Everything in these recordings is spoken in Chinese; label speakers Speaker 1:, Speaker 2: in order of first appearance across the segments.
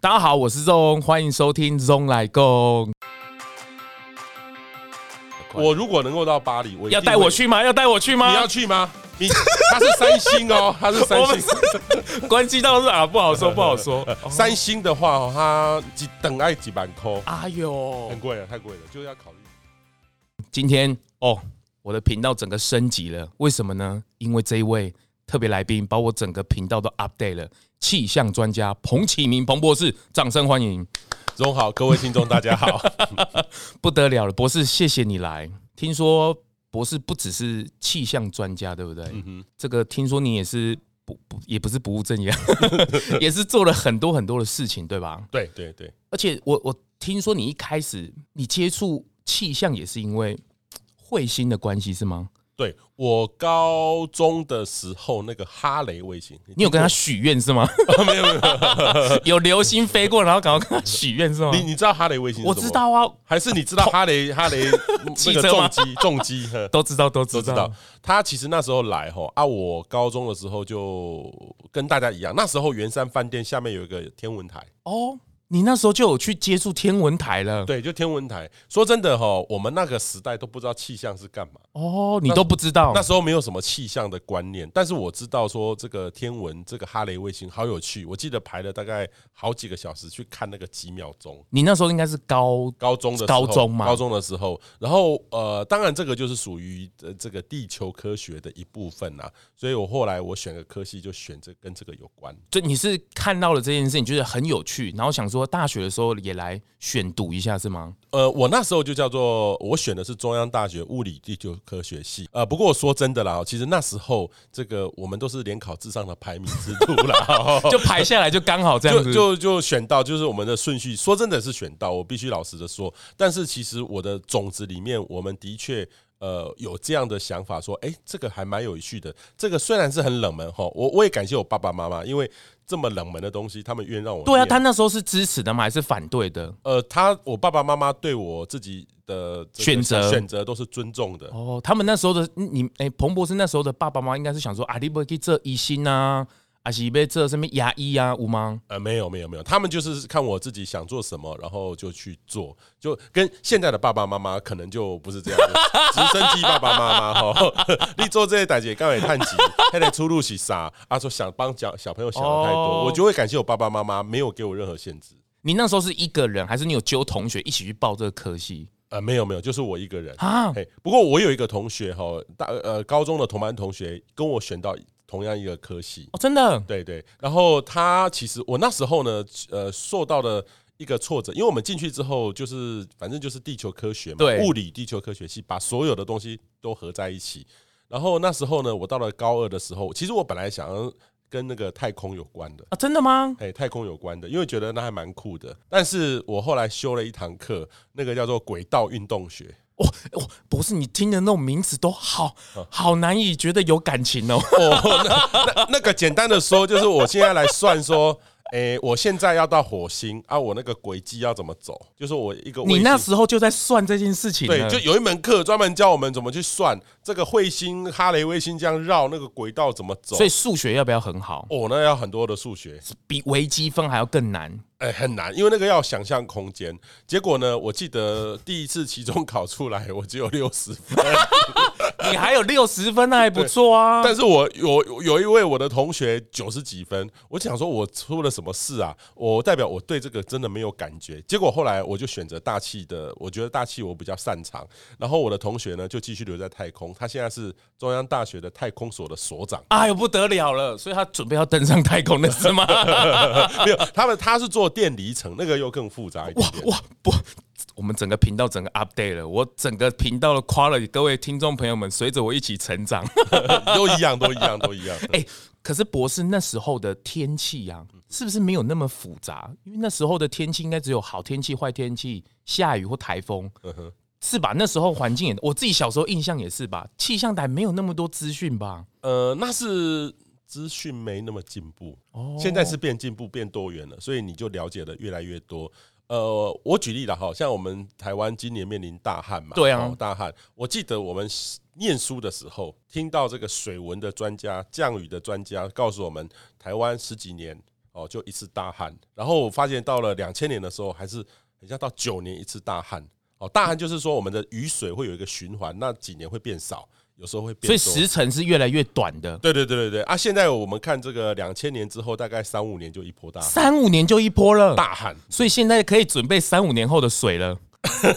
Speaker 1: 大家好，我是 Zong，欢迎收听 Zong 来共。
Speaker 2: 我如果能够到巴黎，我一定
Speaker 1: 要带我
Speaker 2: 会。
Speaker 1: 去吗？要带我去吗？
Speaker 2: 你要去吗？你他是三星 哦，他是三
Speaker 1: 我们
Speaker 2: 星。
Speaker 1: 关机到是啊，不好 说，不好说。
Speaker 2: 三星的话哦，它几等爱几万扣，
Speaker 1: 哎呦
Speaker 2: 很，贵了，太贵了，就是要考虑。
Speaker 1: 今天哦，我的频道整个升级了，为什么呢？因为这一位特别来宾把我整个频道都 update 了，气象专家彭启明彭博士，掌声欢迎。
Speaker 2: 荣好，各位听众大 家好。
Speaker 1: 不得了了，博士，谢谢你来。听说博士不只是气象专家，对不对？
Speaker 2: 嗯
Speaker 1: 这个听说你也是不不也不是不务正业， 也是做了很多很多的事情，对吧？
Speaker 2: 对对对，
Speaker 1: 而且我我听说你一开始你接触气象也是因为彗星的关系，是吗？
Speaker 2: 对我高中的时候那个哈雷卫星，
Speaker 1: 你有跟他许愿是吗？
Speaker 2: 没有没有？
Speaker 1: 有流星飞过，然后赶快跟他许愿是吗？
Speaker 2: 你你知道哈雷卫星？
Speaker 1: 我知，道啊，
Speaker 2: 还是你知道哈雷哈雷
Speaker 1: 汽
Speaker 2: 那个
Speaker 1: 车吗
Speaker 2: 重击重击？呵
Speaker 1: 都知道，都
Speaker 2: 都
Speaker 1: 知
Speaker 2: 知
Speaker 1: 道
Speaker 2: 道。，他其实那时候来吼啊，我高中的时候就跟大家一样，那时候圆山饭店下面有一个天文台，
Speaker 1: 哦，你那时候就有去接触天文台了。
Speaker 2: 对，就天文台。说真的吼，我们那个时代都不知道气象是干嘛，
Speaker 1: 哦，你都不知道
Speaker 2: 那时候没有什么气象的观念，但是我知道说这个天文，这个哈雷卫星好有趣，我记得排了大概好几个小时去看那个几秒钟。
Speaker 1: 你那时候应该是高
Speaker 2: 高中的时候
Speaker 1: 高中嘛
Speaker 2: 高中的时候，然后呃，当然这个就是属于呃这个地球科学的一部分啦、所以我后来我选个科系就选这跟这个有关。
Speaker 1: 就你是看到了这件事情，觉得很有趣，然后想说大学的时候也来选读一下是吗？
Speaker 2: 呃，我那时候就叫做我选的是中央大学物理地球科学系。呃，不过我说真的啦，其实那时候这个我们都是联考至上的排名制度 啦，
Speaker 1: 就排下来就刚好这样
Speaker 2: 就
Speaker 1: 子，
Speaker 2: 就就选到，就是我们的顺序。说真的是选到，我必须老实的说。但是其实我的种子里面，我们的确呃有这样的想法，说，哎、这个还蛮有趣的。这个虽然是很冷门哈，我我也感谢我爸爸妈妈，因为这么冷门的东西，他们愿意让我
Speaker 1: 对啊，
Speaker 2: 念
Speaker 1: 他那时候是支持的吗？还是反对的？
Speaker 2: 呃，他我爸爸妈妈对我自己的这个
Speaker 1: 选择
Speaker 2: 选择都是尊重的。
Speaker 1: 哦，他们那时候的你，哎、彭博士那时候的爸爸妈妈应该是想说啊，你不去这一心啊，啊是被这什么牙医啊，有吗？
Speaker 2: 呃，没有没有没有，他们就是看我自己想做什么，然后就去做，就跟现在的爸爸妈妈可能就不是这样，直升机爸爸妈妈哈， 你做这些代姐刚也叹气， 还得出路是啥啊？说想帮小小朋友想的太多，
Speaker 1: 哦
Speaker 2: 我就会感谢我爸爸妈妈没有给我任何限制。
Speaker 1: 你那时候是一个人，还是你有揪同学一起去报这个科系
Speaker 2: 呃，没有没有，就是我一个人。
Speaker 1: 啊？
Speaker 2: 嘿，不过我有一个同学哈，大呃高中的同班同学跟我选到同样一个科系，
Speaker 1: 哦，真的，
Speaker 2: 对对，然后他其实我那时候呢，呃，受到的一个挫折，因为我们进去之后就是反正就是地球科学嘛，
Speaker 1: 对
Speaker 2: 物理地球科学系把所有的东西都合在一起。然后那时候呢，我到了高二的时候，其实我本来想要跟那个太空有关的，
Speaker 1: 啊，真的吗？
Speaker 2: 哎、太空有关的，因为觉得那还蛮酷的。但是我后来修了一堂课，那个叫做轨道运动学。
Speaker 1: 哇、哦，博士，你听的那种名词都好好难以觉得有感情哦。
Speaker 2: 哦，那那那个简单的说，就是我现在来算说， 诶、我现在要到火星啊，我那个轨迹要怎么走？就是我一个卫
Speaker 1: 你
Speaker 2: 星
Speaker 1: 那时候就在算这件事情
Speaker 2: 对，
Speaker 1: 了，
Speaker 2: 就有一门课专门教我们怎么去算这个彗星哈雷彗星这样绕那个轨道怎么走。
Speaker 1: 所以数学要不要很好，
Speaker 2: 哦，那要很多的数学，
Speaker 1: 比微积分还要更难。
Speaker 2: 哎、很难，因为那个要想象空间。结果呢，我记得第一次期中考出来，我只有六十分。
Speaker 1: 你还有六十分，那还不错啊。。
Speaker 2: 但是我有有一位我的同学九十几分，我想说我出了什么事啊？我代表我对这个真的没有感觉。结果后来我就选择大气的，我觉得大气我比较擅长。然后我的同学呢就继续留在太空，他现在是中央大学的太空所的所长
Speaker 1: 哎呦，不得了了！所以他准备要登上太空了，是吗？
Speaker 2: 没有，他们他是做电离层，那个又更复杂一点点。
Speaker 1: 哇，不，我们整个频道整个 update 了，我整个频道的 quality，各位听众朋友们，随着我一起成 长。
Speaker 2: 都一样，都一样，都一 样。
Speaker 1: 哎、可是博士那时候的天气啊，是不是没有那么复杂？因为那时候的天气应该只有好天气、坏天气、下雨或台风，
Speaker 2: 嗯
Speaker 1: 是吧？那时候环境也，我自己小时候印象也是吧，气象台没有那么多资讯吧？
Speaker 2: 呃，那是资讯没那么进步，
Speaker 1: 哦
Speaker 2: 现在是变进步、变多元了，所以你就了解的越来越多。呃，我举例了哈，像我们台湾今年面临大旱嘛，
Speaker 1: 对啊
Speaker 2: 哦大旱。我记得我们念书的时候，听到这个水文的专家、降雨的专家告诉我们，台湾十几年。哦，就一次大旱。然后我发现到了两千年的时候，还是很像到九年一次大旱。哦，大旱就是说我们的雨水会有一个循环，那几年会变少，有时候会变
Speaker 1: 所
Speaker 2: 多。
Speaker 1: 以时程是越来越短的，
Speaker 2: 对对对对对啊！现在我们看这个两千年之后，大概三五年就一波大旱
Speaker 1: 三五年就一波了，
Speaker 2: 大旱，
Speaker 1: 所以现在可以准备三五年后的水了。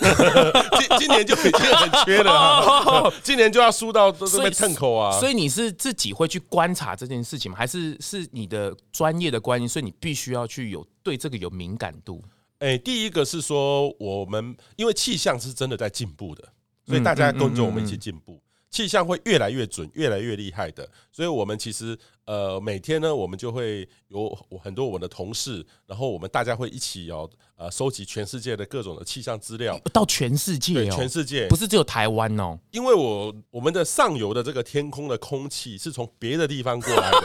Speaker 2: 今今年就已经很缺了、啊，今年就要输到都都被蹭口啊！
Speaker 1: 哦所以你是自己会去观察这件事情吗？还是是你的专业的关系，所以你必须要去有对这个有敏感度？
Speaker 2: 哎、第一个是说我们因为气象是真的在进步的，
Speaker 1: 嗯
Speaker 2: 所以大家跟着我们一起进步，气象会越来越准，越来越厉害的。所以我们其实呃每天呢，我们就会有我很多我的同事，然后我们大家会一起哦呃收集全世界的各种的气象资料，
Speaker 1: 到全世界
Speaker 2: 对
Speaker 1: 哦，
Speaker 2: 全世界
Speaker 1: 不是只有台湾哦，
Speaker 2: 因为我我们的上游的这个天空的空气是从别的地方过来的，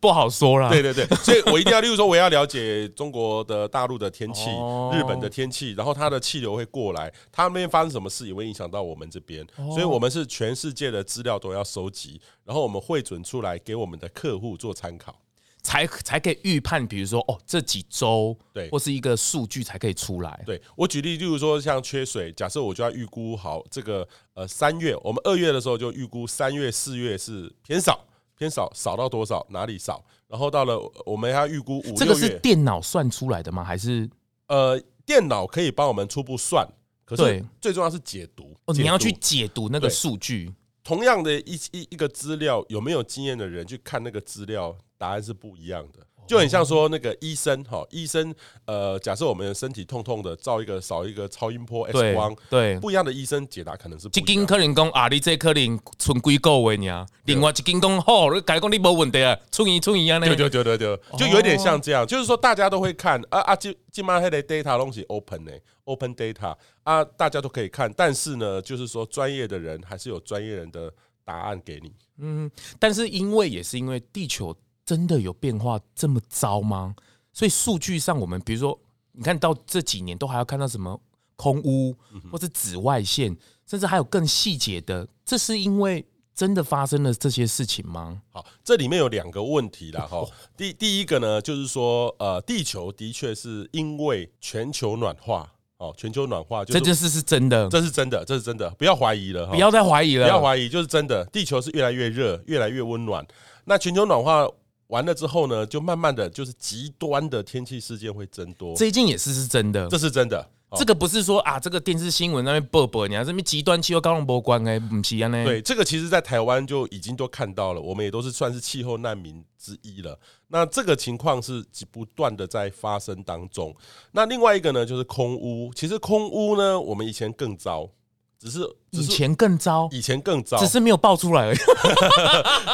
Speaker 1: 不好说啦。
Speaker 2: 对对对，所以我一定要，例如说，我要了解中国的大陆的天气、
Speaker 1: 哦
Speaker 2: 日本的天气，然后它的气流会过来，它那边发生什么事也会影响到我们这边，所以我们是全世界的资料都要收集，然后我们汇准出来给我们的客户做参考。
Speaker 1: 才才可以预判，比如说哦，这几周
Speaker 2: 对
Speaker 1: 或是一个数据才可以出来。
Speaker 2: 对我举例，例如说像缺水，假设我就要预估好这个呃三月，我们二月的时候就预估三月、四月是偏少，偏少少到多少，哪里少，然后到了呃我们还要预估五
Speaker 1: 这个
Speaker 2: 六
Speaker 1: 是
Speaker 2: 月，
Speaker 1: 电脑算出来的吗？还是
Speaker 2: 呃，电脑可以帮我们初步算，可是
Speaker 1: 对
Speaker 2: 最重要是解读，
Speaker 1: 哦，
Speaker 2: 解
Speaker 1: 你要
Speaker 2: 读
Speaker 1: 去解读那个
Speaker 2: 对
Speaker 1: 数据？
Speaker 2: 同样的一一一个资料，有没有经验的人去看那个资料，答案是不一样的。
Speaker 1: 哦
Speaker 2: 就很像说那个医生哈，医生呃，假设我们身体痛痛的，照一个扫一个超音波 X
Speaker 1: 对
Speaker 2: 光，
Speaker 1: 对。
Speaker 2: 不一样的医生解答可能是不
Speaker 1: 一
Speaker 2: 一
Speaker 1: 斤
Speaker 2: 样的。
Speaker 1: 可能讲啊，你这可能剩几个月尔，另外一斤讲好，你改讲你无问题啊，剩一剩一啊那
Speaker 2: 对对对对对，就有点像这样，就是说大家都会看啊啊，今今嘛黑的 data 东西 open 呢、o p e n data 啊，大家都可以看，但是呢，就是说专业的人还是有专业人的答案给你。
Speaker 1: 但是因为也是因为地球真的有变化这么糟吗？所以数据上，我们比如说，你看到这几年都还要看到什么空屋，
Speaker 2: 嗯
Speaker 1: 或是紫外线，甚至还有更细节的，这是因为真的发生了这些事情吗？
Speaker 2: 好，这里面有两个问题啦，哈。第第一个呢，就是说，呃，地球的确是因为全球暖化，哦，全球暖化，就
Speaker 1: 这
Speaker 2: 是
Speaker 1: 件事是真的，
Speaker 2: 这是真的，这是真的，不要怀疑了，哈
Speaker 1: 不要再怀疑了。
Speaker 2: 不要怀疑，就是真的，地球是越来越热，越来越温暖。那全球暖化完了之后呢，就慢慢的就是极端的天气事件会增多，
Speaker 1: 这一件也是是真的。
Speaker 2: 这是真的。哦
Speaker 1: 这个不是说啊，这个电视新闻那边报报，你还这边极端气候高龙波关哎，不是啊呢？
Speaker 2: 对，这个其实，在台湾就已经都看到了，我们也都是算是气候难民之一了。那这个情况是不断的在发生当中。那另外一个呢，就是空屋。其实空屋呢，我们以前更糟，只是只
Speaker 1: 以
Speaker 2: 是
Speaker 1: 前更糟，
Speaker 2: 以前更糟，
Speaker 1: 只是没有爆出来而已。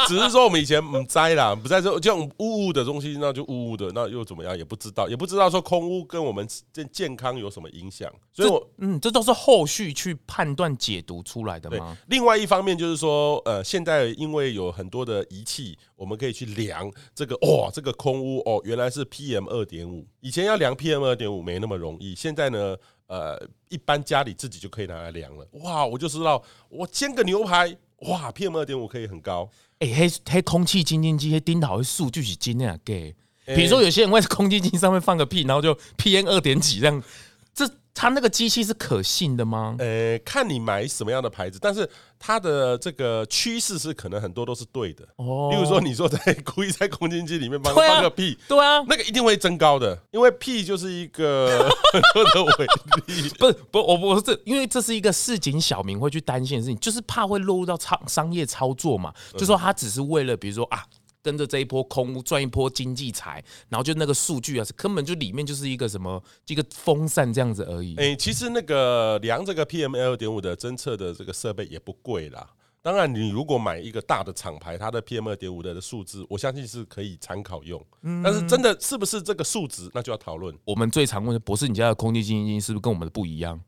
Speaker 2: 只是说我们以前唔摘啦，不摘就这样呜呜的东西，那就呜呜的，那又怎么样？也不知道，也不知道说空屋跟我们健健康有什么影响。所以我
Speaker 1: 嗯，这都是后续去判断解读出来的
Speaker 2: 对
Speaker 1: 吗？，
Speaker 2: 另外一方面就是说，呃，现在因为有很多的仪器，我们可以去量这个哦，这个空污哦，原来是 PM 二点五，以前要量 PM 二点五没那么容易，现在呢，呃，一般家里自己就可以拿来量了。哇，我就知道，我煎个牛排，哇，PM 二点五可以很高。
Speaker 1: 哎、黑黑空气清净机、黑丁岛的数据是真的啊给。比如说，有些人会在空气净上面放个屁，然后就 PM 二点几这样，这他那个机器是可信的吗？
Speaker 2: 呃，看你买什么样的牌子，但是它的这个趋势是可能很多都是对的。
Speaker 1: 哦
Speaker 2: 例如说，你说在故意在空间机里面放
Speaker 1: 对啊
Speaker 2: 放个屁，
Speaker 1: 对啊，
Speaker 2: 那个一定会增高的，因为屁就是一 个很多的伟力。
Speaker 1: 不不，我我这因为这是一个市井小民会去担心的事情，就是怕会落入到商商业操作嘛，就说他只是为了比如说啊。跟着这一波空屋赚一波经济财，然后就那个数据啊，根本就里面就是一个什么一个风扇这样子而已。
Speaker 2: 哎、其实那个量这个 PM 二点五的侦测的这个设备也不贵啦。当然，你如果买一个大的厂牌，它的 PM 二点五的数字，我相信是可以参考用。
Speaker 1: 嗯
Speaker 2: 但是真的是不是这个数值，那就要讨论。
Speaker 1: 我们最常问的博士，你家的空气清新机是不是跟我们的不一样？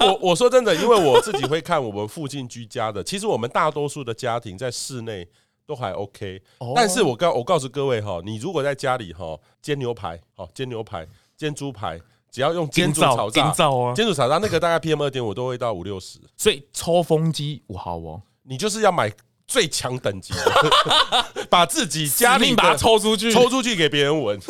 Speaker 2: 我我说真的，因为我自己会看我们附近居家的，其实我们大多数的家庭在室内都还 OK，、但
Speaker 1: 哦
Speaker 2: 是我告我告诉各位哈，你如果在家里哈煎牛排，好煎牛排、煎猪排，只要用煎煮炒
Speaker 1: 金
Speaker 2: 炸、
Speaker 1: 造啊，
Speaker 2: 煎煮炒炸，那个大概 PM 二点五都会到五六十，
Speaker 1: 所以抽风机五好哦，
Speaker 2: 你就是要买最强等级的， 把自己家
Speaker 1: 家
Speaker 2: 里
Speaker 1: 令
Speaker 2: 的
Speaker 1: 把它抽出去。
Speaker 2: 抽出去给别人闻。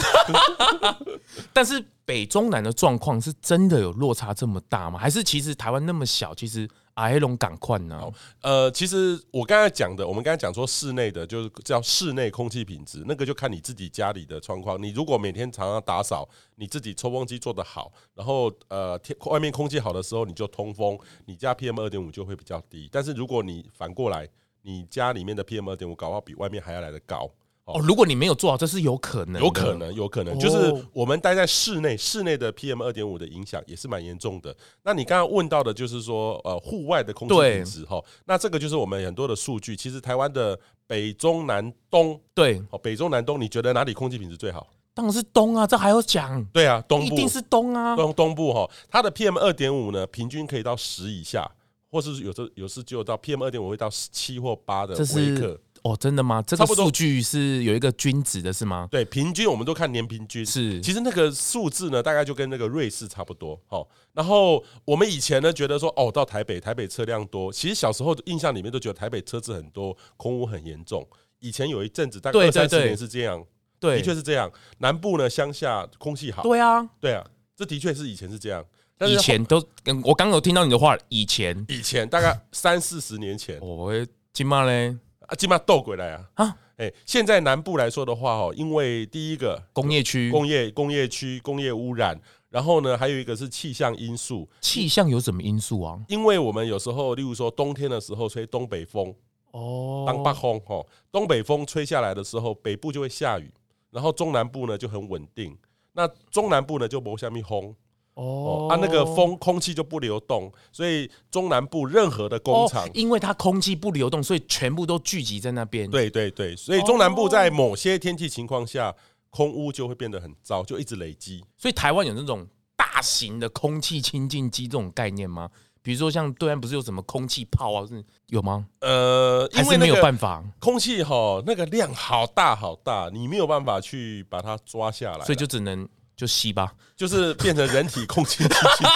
Speaker 1: 但是北中南的状况是真的有落差这么大吗？还是其实台湾那么小，其实阿黑龙赶快呢？
Speaker 2: 呃，其实我刚才讲的，我们刚才讲说室内的，就是叫室内空气品质，那个就看你自己家里的状况。你如果每天常常打扫，你自己抽风机做得好，然后呃，天外面空气好的时候你就通风，你家 PM 二点五就会比较低。但是如果你反过来，你家里面的 PM 二点五搞不好比外面还要来得高。
Speaker 1: 哦，如果你没有做好，这是有可能的，
Speaker 2: 有可能，有可能，
Speaker 1: 哦
Speaker 2: 就是我们待在室内，室内的 PM 二点五的影响也是蛮严重的。那你刚刚问到的就是说，呃，户外的空气
Speaker 1: 对
Speaker 2: 品质哈，那这个就是我们很多的数据。其实台湾的北中南东，
Speaker 1: 对，
Speaker 2: 哦，北中南东，你觉得哪里空气品质最好？
Speaker 1: 当然是东啊，这还要讲，
Speaker 2: 对啊，东
Speaker 1: 一
Speaker 2: 部
Speaker 1: 定是东啊。
Speaker 2: 东东部哈，它的 PM 二点五呢，平均可以到十以下，或是有时候有时只有到 PM 二点五会到七或八的
Speaker 1: 这
Speaker 2: 微克
Speaker 1: 是。哦，真的吗？这
Speaker 2: 差
Speaker 1: 个
Speaker 2: 不多
Speaker 1: 数据是有一个均值的是吗？
Speaker 2: 对，平均我们都看年平均，
Speaker 1: 是
Speaker 2: 其实那个数字呢，大概就跟那个瑞士差不多。好、然后我们以前呢，觉得说哦，到台北，台北车辆多。其实小时候印象里面都觉得台北车子很多，空污很严重。以前有一阵子，大概
Speaker 1: 对
Speaker 2: 二
Speaker 1: 对
Speaker 2: 三十
Speaker 1: 对
Speaker 2: 年是这样，
Speaker 1: 对，
Speaker 2: 的确是这样。南部呢，乡下空气好，
Speaker 1: 对啊。
Speaker 2: 对啊，这的确是以前是这样。但是
Speaker 1: 以前都，嗯我刚刚有听到你的话，以前哦
Speaker 2: 以前大概三四十年前，
Speaker 1: 我会金妈嘞，
Speaker 2: 啊，起码斗回来啊
Speaker 1: 啊
Speaker 2: 啊！哎、现在南部来说的话，哦，因为第一个
Speaker 1: 工业区
Speaker 2: 工业工业区工业污染，然后呢，还有一个是气象因素，
Speaker 1: 气象有什么因素啊？
Speaker 2: 因为我们有时候，例如说冬天的时候吹东北风，
Speaker 1: 哦，
Speaker 2: 当八风哦，东北风吹下来的时候，北部就会下雨，然后中南部呢就很稳定。那中南部呢就没下面风
Speaker 1: 哦
Speaker 2: 哦，啊那个风空气就不流动，所以中南部任何的工厂
Speaker 1: 哦，因为它空气不流动，所以全部都聚集在那边。，
Speaker 2: 对对对，所以中南部在某些天气情况下，空污就会变得很糟，就一直累积。
Speaker 1: 所以台湾有那种大型的空气清净机这种概念吗？比如说像对岸不是有什么空气炮啊？是有吗？
Speaker 2: 呃，因
Speaker 1: 还
Speaker 2: 为
Speaker 1: 是没
Speaker 2: 那
Speaker 1: 有
Speaker 2: 个
Speaker 1: 办法，
Speaker 2: 空气哈，那个量好大好大，你没有办法去把它抓下来，啊
Speaker 1: 所以就只能就吸吧。
Speaker 2: 就是变成人体空气清新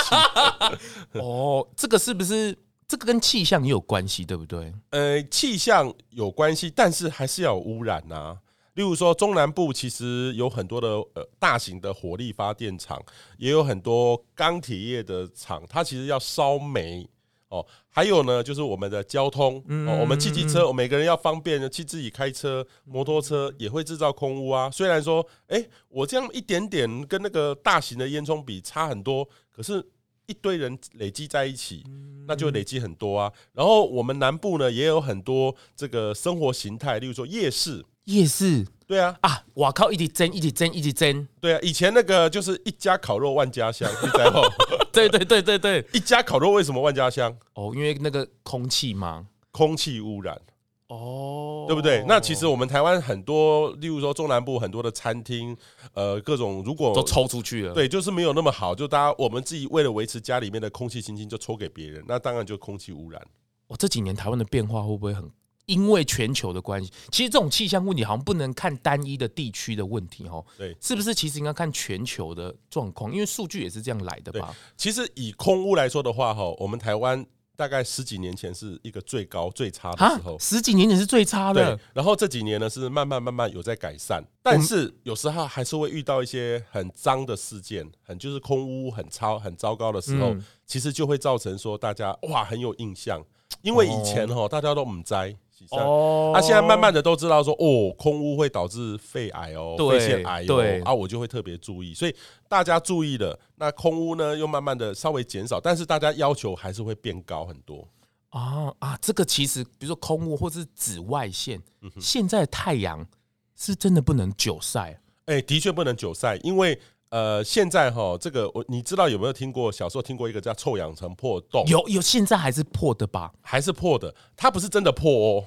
Speaker 2: 器。
Speaker 1: 哦，这个是不是这个跟气象也有关系，对不对？
Speaker 2: 呃，气象有关系，但是还是要有污染呐、例如说，中南部其实有很多的呃大型的火力发电厂，也有很多钢铁业的厂，它其实要烧煤哦。还有呢，就是我们的交通，哦、我们汽机车，每个人要方便，去自己开车、摩托车也会制造空污啊。虽然说，诶，我这样一点点跟那个大型的烟囱比差很多，可是一堆人累积在一起，
Speaker 1: 嗯
Speaker 2: 那就累积很多啊。然后我们南部呢也有很多这个生活形态，例如说夜市，
Speaker 1: 夜市
Speaker 2: 对啊，
Speaker 1: 啊，哇靠，一直蒸，一直蒸，一直蒸。
Speaker 2: 对啊，以前那个就是一家烤肉万家香，你知 道吗
Speaker 1: 对对对对对。
Speaker 2: 一家烤肉为什么万家香？
Speaker 1: 哦，因为那个空气嘛。
Speaker 2: 空气污染，
Speaker 1: 哦，
Speaker 2: 对不对？那其实我们台湾很多，例如说中南部很多的餐厅，呃，各种如果
Speaker 1: 都抽出去了。，
Speaker 2: 对，就是没有那么好，就大家我们自己为了维持家里面的空气清新，就抽给别人，那当然就空气污染。
Speaker 1: 我、哦这几年台湾的变化会不会很？因为全球的关系，其实这种气象问题好像不能看单一的地区的问题哦。
Speaker 2: 对
Speaker 1: 是不是？其实应该看全球的状况，因为数据也是这样来的吧？
Speaker 2: 其实以空污来说的话，哈，我们台湾大概十几年前是一个最高最差的
Speaker 1: 啊
Speaker 2: 时候，，
Speaker 1: 十几年前是最差
Speaker 2: 对
Speaker 1: 的。。
Speaker 2: 然后这几年呢是慢慢慢慢有在改善，但是
Speaker 1: 嗯
Speaker 2: 有时候还是会遇到一些很脏的事件，很就是空污很糟很糟糕的时候，
Speaker 1: 嗯
Speaker 2: 其实就会造成说大家哇很有印象，因为以前哈大家都唔摘。洗衫
Speaker 1: 哦
Speaker 2: 啊，现在慢慢的都知道说，哦，空污会导致肺癌哦，
Speaker 1: 对
Speaker 2: 肺腺癌
Speaker 1: 对
Speaker 2: 哦，啊，我就会特别注意。所以大家注意了，那空污呢又慢慢的稍微减少，但是大家要求还是会变高很多。
Speaker 1: 啊啊，这个其实比如说空污或是紫外线，
Speaker 2: 嗯
Speaker 1: 现在的太阳是真的不能久晒。啊
Speaker 2: 哎、的确不能久晒，因为呃，现在哈，这个我呃你知道有没有听过？小时候听过一个叫臭氧层破洞，
Speaker 1: 有有，现在还是破的吧？
Speaker 2: 还是破的，它不是真的破哦，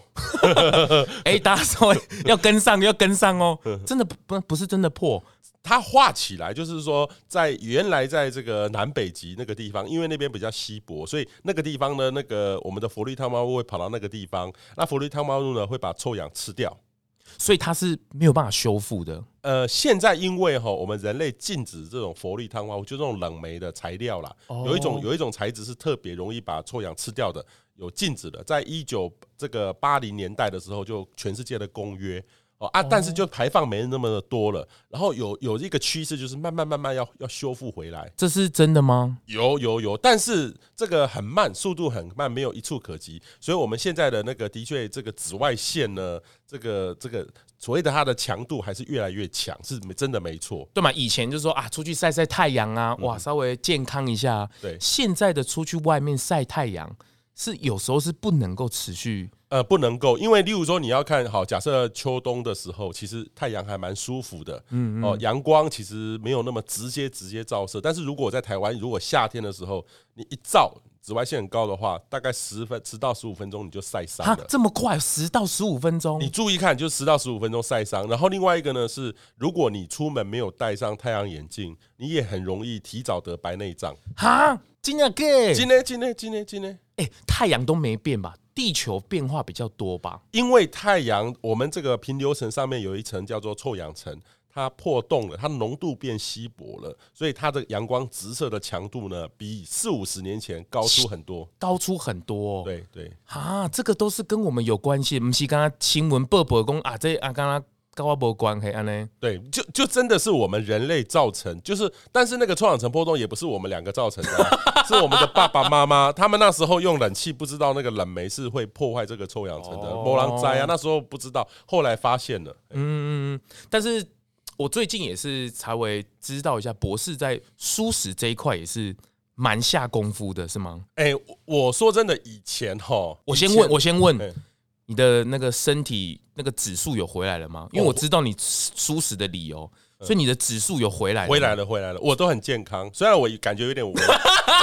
Speaker 1: 哎、大家稍 微要跟上，要跟上哦！
Speaker 2: 嗯
Speaker 1: 真的不不不是真的破
Speaker 2: 它画起来就是说，在原来在这个南北极那个地方，因为那边比较稀薄，所以那个地方呢，那个我们的佛利汤猫会跑到那个地方，那佛利汤猫呢会把臭氧吃掉，
Speaker 1: 所以它是没有办法修复的。
Speaker 2: 呃，现在因为哈，我们人类禁止这种氟利碳化物，就这种冷媒的材料啦，
Speaker 1: 哦
Speaker 2: 有一种有一种材质是特别容易把臭氧吃掉的，有禁止的。在一九这个八零年代的时候，就全世界的公约哦啊，但是就排放没那么的多了。然后有有一个趋势，就是慢慢慢慢要要修复回来。
Speaker 1: 这是真的吗？
Speaker 2: 有有有，但是这个很慢，速度很慢，没有一触可及。所以我们现在的那个的确，这个紫外线呢，这个这个所谓的它的强度还是越来越强，是没真的没错。
Speaker 1: 对嘛？以前就说啊，出去晒晒太阳啊，哇，稍微健康一下。啊
Speaker 2: 对
Speaker 1: 现在的出去外面晒太阳，是有时候是不能够持续。
Speaker 2: 呃，不能够，因为例如说你要看好，假设秋冬的时候，其实太阳还蛮舒服的，嗯哦，阳光其实没有那么直接直接照射。但是如果在台湾，如果夏天的时候你一照紫外线很高的话，大概十分十到十五分钟你就晒伤
Speaker 1: 哈
Speaker 2: 了，。
Speaker 1: 这么快，十到十五分钟
Speaker 2: 你，注意看，就十到十五分钟晒伤。然后另外一个呢是，如果你出门没有戴上太阳眼镜，你也很容易提早得白内障。
Speaker 1: 哈，今天 gay，
Speaker 2: 今天今天今天今天，
Speaker 1: 哎，太阳都没变吧？地球变化比较多吧？
Speaker 2: 因为太阳，我们这个平流层上面有一层叫做臭氧层，它破洞了，它浓度变稀薄了，所以它的阳光直射的强度呢，比四五十年前高出很多。
Speaker 1: 高出很多、哦。
Speaker 2: 对对，
Speaker 1: 啊，这个都是跟我们有关系，不是刚刚新闻报报讲啊，这啊刚刚跟我无关系安呢？
Speaker 2: 对，就就真的是我们人类造成，就是，但是那个臭氧层波动也不是我们两个造成的啊、是我们的爸爸妈妈，他们那时候用冷气不知道那个冷媒是会破坏这个臭氧层的，
Speaker 1: 哦
Speaker 2: 波浪灾啊，那时候不知道，后来发现了，
Speaker 1: 嗯，但是我最近也是才微知道一下，博士在舒适这一块也是蛮下功夫的，是吗？
Speaker 2: 哎、我我说真的，以前哈，
Speaker 1: 我
Speaker 2: 以
Speaker 1: 先
Speaker 2: 前
Speaker 1: 问，我先问
Speaker 2: 哎
Speaker 1: 你的那个身体那个指数有回来了吗？因为
Speaker 2: 哦嗯
Speaker 1: 我知道你舒适的理由，所以你的指数有回来了吗
Speaker 2: 回来了，回来了，我都很健康，虽然我感觉有点微，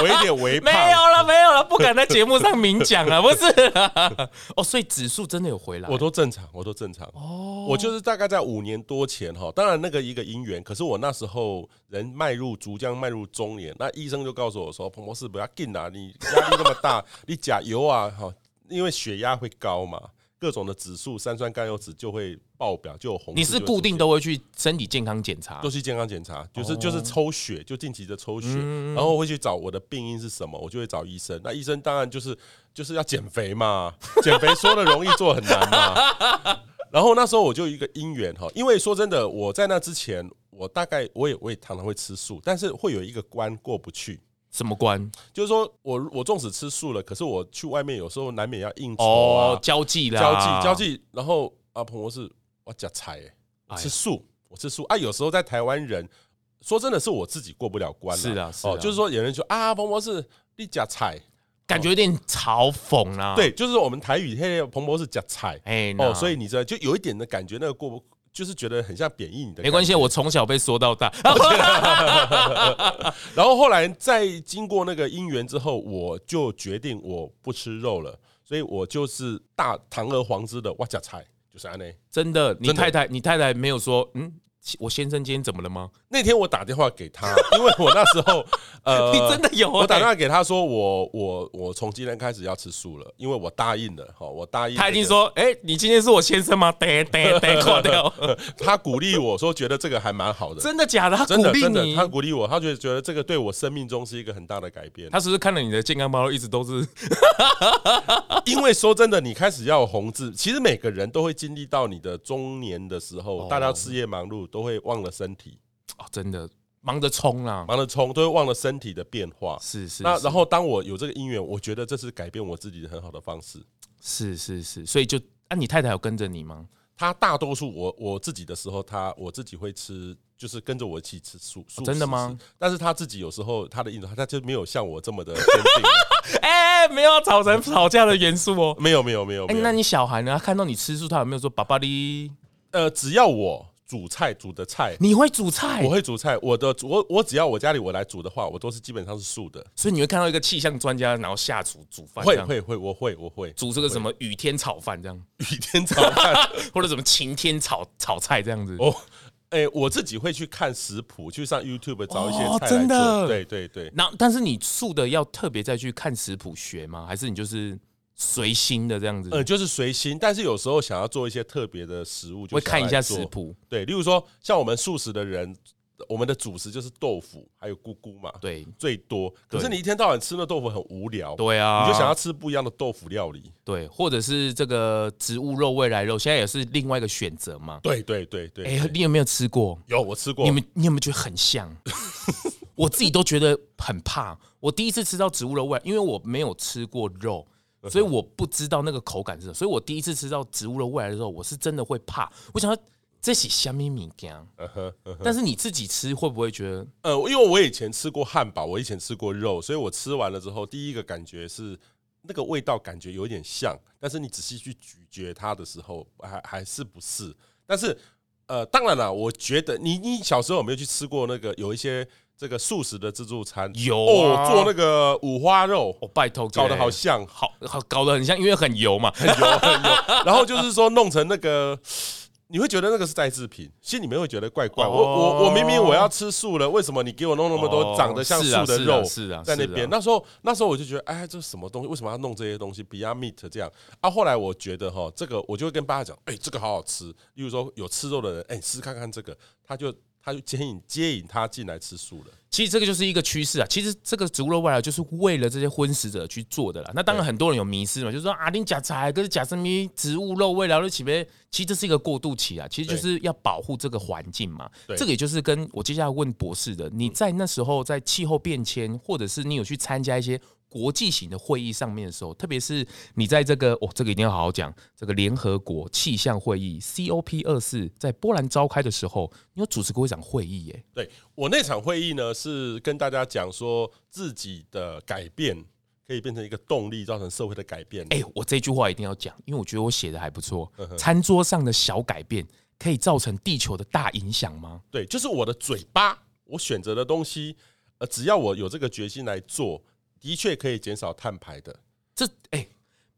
Speaker 2: 我有点微
Speaker 1: 没
Speaker 2: 胖，
Speaker 1: 有了，没有了，不敢在节目上明讲啊了，不是啦 哦，所以指数真的有回来，
Speaker 2: 我都正常，我都正常。哦，我就是大概在五年多前哈，当然那个一个因缘，可是我那时候人迈入即将迈入中年，那医生就告诉我说：“彭博士不要紧啊，你压力那么大， 你甲油啊哈，因为血压会高嘛，各种的指数三酸甘油酯就会爆表，就有红。”
Speaker 1: 你是固定都会去身体健康检查
Speaker 2: 都，去健康检查，就是、就是抽血，就定期的抽血，然后会去找我的病因是什么，我就会找医生。那医生当然就是就是要减肥嘛，减肥说的容易做很难嘛。然后那时候我就有一个因缘哈，因为说真的，我在那之前，我大概我也我也常常会吃素，但是会有一个关过不去，
Speaker 1: 什么关？
Speaker 2: 就是说我我纵使吃素了，可是我去外面有时候难免要应酬啊，
Speaker 1: 哦，交际啦，
Speaker 2: 交际交，际，然后啊，彭博士，我假菜、欸，我
Speaker 1: 哎呀
Speaker 2: 吃素，我吃素啊。有时候在台湾人，说真的是我自己过不了关啦
Speaker 1: 是啊是啊
Speaker 2: 哦，就是说有人说啊，彭博士你假菜，
Speaker 1: 感觉有点嘲讽啦。，
Speaker 2: 对，就是我们台语嘿，彭博士假菜
Speaker 1: 哎，那
Speaker 2: 哦，所以你这就有一点的感觉，那个过不，就是觉得很像贬义你的，
Speaker 1: 没关
Speaker 2: 系。
Speaker 1: 系，我从小被说到大。啊
Speaker 2: 然后后来在经过那个姻缘之后，我就决定我不吃肉了，所以我就是大堂而皇之的哇假菜，就是安内。
Speaker 1: 真的，你
Speaker 2: 真的
Speaker 1: 太太，你太太没有说，嗯，我先生今天怎么了吗？
Speaker 2: 那天我打电话给他， 因为我那时 候呃，
Speaker 1: 你真的有欸
Speaker 2: 我打电话给他说我我我从今天开始要吃素了，因为我答应了哈，我答应
Speaker 1: 他已经
Speaker 2: 那个，
Speaker 1: 说，哎，你今天是我先生吗？得得得，挂 掉。
Speaker 2: 他鼓励我说觉得这个还蛮好的，
Speaker 1: 真的假的？ 他
Speaker 2: 真
Speaker 1: 鼓
Speaker 2: 的
Speaker 1: 励
Speaker 2: 真的，
Speaker 1: 你
Speaker 2: 他。鼓励我，他觉得觉得这个对我生命中是一个很大的改变。
Speaker 1: 他是不是看了你的健康包，一直都是
Speaker 2: 因为说真的，你开始要有红字，其实每个人都会经历到你的中年的时候，
Speaker 1: 哦
Speaker 2: 大家事业忙碌都会忘了身体，
Speaker 1: 哦，真的忙着冲啦？
Speaker 2: 忙着冲都会忘了身体的变化。
Speaker 1: 是是，
Speaker 2: 那
Speaker 1: 是
Speaker 2: 然后当我有这个因缘，我觉得这是改变我自己的很好的方式。
Speaker 1: 是是是，所以就啊，你太太有跟着你吗？
Speaker 2: 他大多数我我自己的时候，他我自己会吃，就是跟着我一起吃素。素
Speaker 1: 哦真的
Speaker 2: 食
Speaker 1: 吗？
Speaker 2: 但是他自己有时候他的印度，他就没有像我这么的 坚定。
Speaker 1: 哎，没有吵成吵架的元素哦。
Speaker 2: 没有没有没有
Speaker 1: 哎、
Speaker 2: 没
Speaker 1: 那
Speaker 2: 有。
Speaker 1: 你小孩呢？他看到你吃素，他有没有说“爸爸哩
Speaker 2: 呃，只要我煮菜煮的菜”？，
Speaker 1: 你会煮菜
Speaker 2: 我，会煮菜，我的我我只要我家里我来煮的话，我都是基本上是素的。
Speaker 1: 所以你会看到一个气象专家，然后下厨煮饭，这
Speaker 2: 会
Speaker 1: 样
Speaker 2: 会会，我会我会
Speaker 1: 煮这个什么雨天炒饭这 样，
Speaker 2: 雨天炒饭。
Speaker 1: 或者什么晴天炒炒菜这样子。
Speaker 2: 哦，哎， 我自己会去看食谱，去上 YouTube 找一些
Speaker 1: 哦
Speaker 2: 菜来
Speaker 1: 真的
Speaker 2: 做。对对对。
Speaker 1: 然后，但是你素的要特别再去看食谱学吗？还是你就是随心的这样子，
Speaker 2: 呃，就是随心，但是有时候想要做一些特别的食物，就
Speaker 1: 会看一下
Speaker 2: 想来
Speaker 1: 食
Speaker 2: 做。
Speaker 1: 谱。
Speaker 2: 对，例如说像我们素食的人，我们的主食就是豆腐还有菇菇嘛，
Speaker 1: 对
Speaker 2: 最多。可是
Speaker 1: 对
Speaker 2: 你一天到晚吃那豆腐很无聊，
Speaker 1: 对啊，
Speaker 2: 你就想要吃不一样的豆腐料理。
Speaker 1: 对，或者是这个植物肉、未来肉，现在也是另外一个选择嘛。
Speaker 2: 对对对对，
Speaker 1: 哎、
Speaker 2: 对
Speaker 1: 你有没有吃过？
Speaker 2: 有我吃过
Speaker 1: 你，们你有没有觉得很 像？我自己都觉得很怕。我第一次吃到植物肉味，因为我没有吃过肉，
Speaker 2: 嗯
Speaker 1: 所以我不知道那个口感是什么。所以我第一次吃到植物肉味来的时候，我是真的会怕。我想要这是虾米米干，
Speaker 2: 嗯哼嗯哼
Speaker 1: 但是你自己吃会不会觉得
Speaker 2: 呃，因为我以前吃过汉堡，我以前吃过肉，所以我吃完了之后，第一个感觉是那个味道感觉有点像，但是你仔细去咀嚼它的时候，还还是不是？但是呃，当然了，我觉得你你小时候有没有去吃过那个有一些这个素食的自助餐？
Speaker 1: 有
Speaker 2: 哦
Speaker 1: 啊，
Speaker 2: 做那个五花肉，
Speaker 1: 哦，拜托，
Speaker 2: 搞得好像
Speaker 1: 好好搞得很像，因为很油 嘛。
Speaker 2: 很油很油， 然后就是说弄成那个。你会觉得那个是代制品，心里面会觉得怪怪。
Speaker 1: 哦
Speaker 2: 我我我明明我要吃素了，为什么你给我弄那么多
Speaker 1: 哦
Speaker 2: 长得像
Speaker 1: 是
Speaker 2: 素
Speaker 1: 啊
Speaker 2: 的
Speaker 1: 是啊
Speaker 2: 肉
Speaker 1: 是啊
Speaker 2: 在那
Speaker 1: 是啊
Speaker 2: 边？那时候那时候我就觉得，哎，这是什么东西？为什么要弄这些东西？Beyond Meat 这样啊？后来我觉得哈，这个我就会跟大家讲，哎，这个好好吃。例如说有吃肉的人，哎，你试试看看这个，他就他就接引接引他进来吃素了。
Speaker 1: 其实这个就是一个趋势啊。其实这个植物肉外来就是为了这些荤食者去做的啦。那当然
Speaker 2: 对
Speaker 1: 很多人有迷失嘛，就是说啊，你假菜跟假什么植物肉味来了，岂不是？其实这是一个过渡期啊，其实就是要保护这个环境嘛。
Speaker 2: 对
Speaker 1: 这个也就是跟我接下来问博士的，你在那时候在气候变迁，或者是你有去参加一些。国际型的会议上面的时候，特别是你在这个哦，这个一定要好好讲。这个联合国气象会议 COP 二四在波兰召开的时候，你有主持过一场会议耶、
Speaker 2: 对我那场会议呢，是跟大家讲说自己的改变可以变成一个动力，造成社会的改变。
Speaker 1: 哎、我这句话一定要讲，因为我觉得我写的还不错。餐桌上的小改变可以造成地球的大影响吗？
Speaker 2: 对，就是我的嘴巴，我选择的东西，呃，只要我有这个决心来做，的确可以减少碳排的。
Speaker 1: 这哎、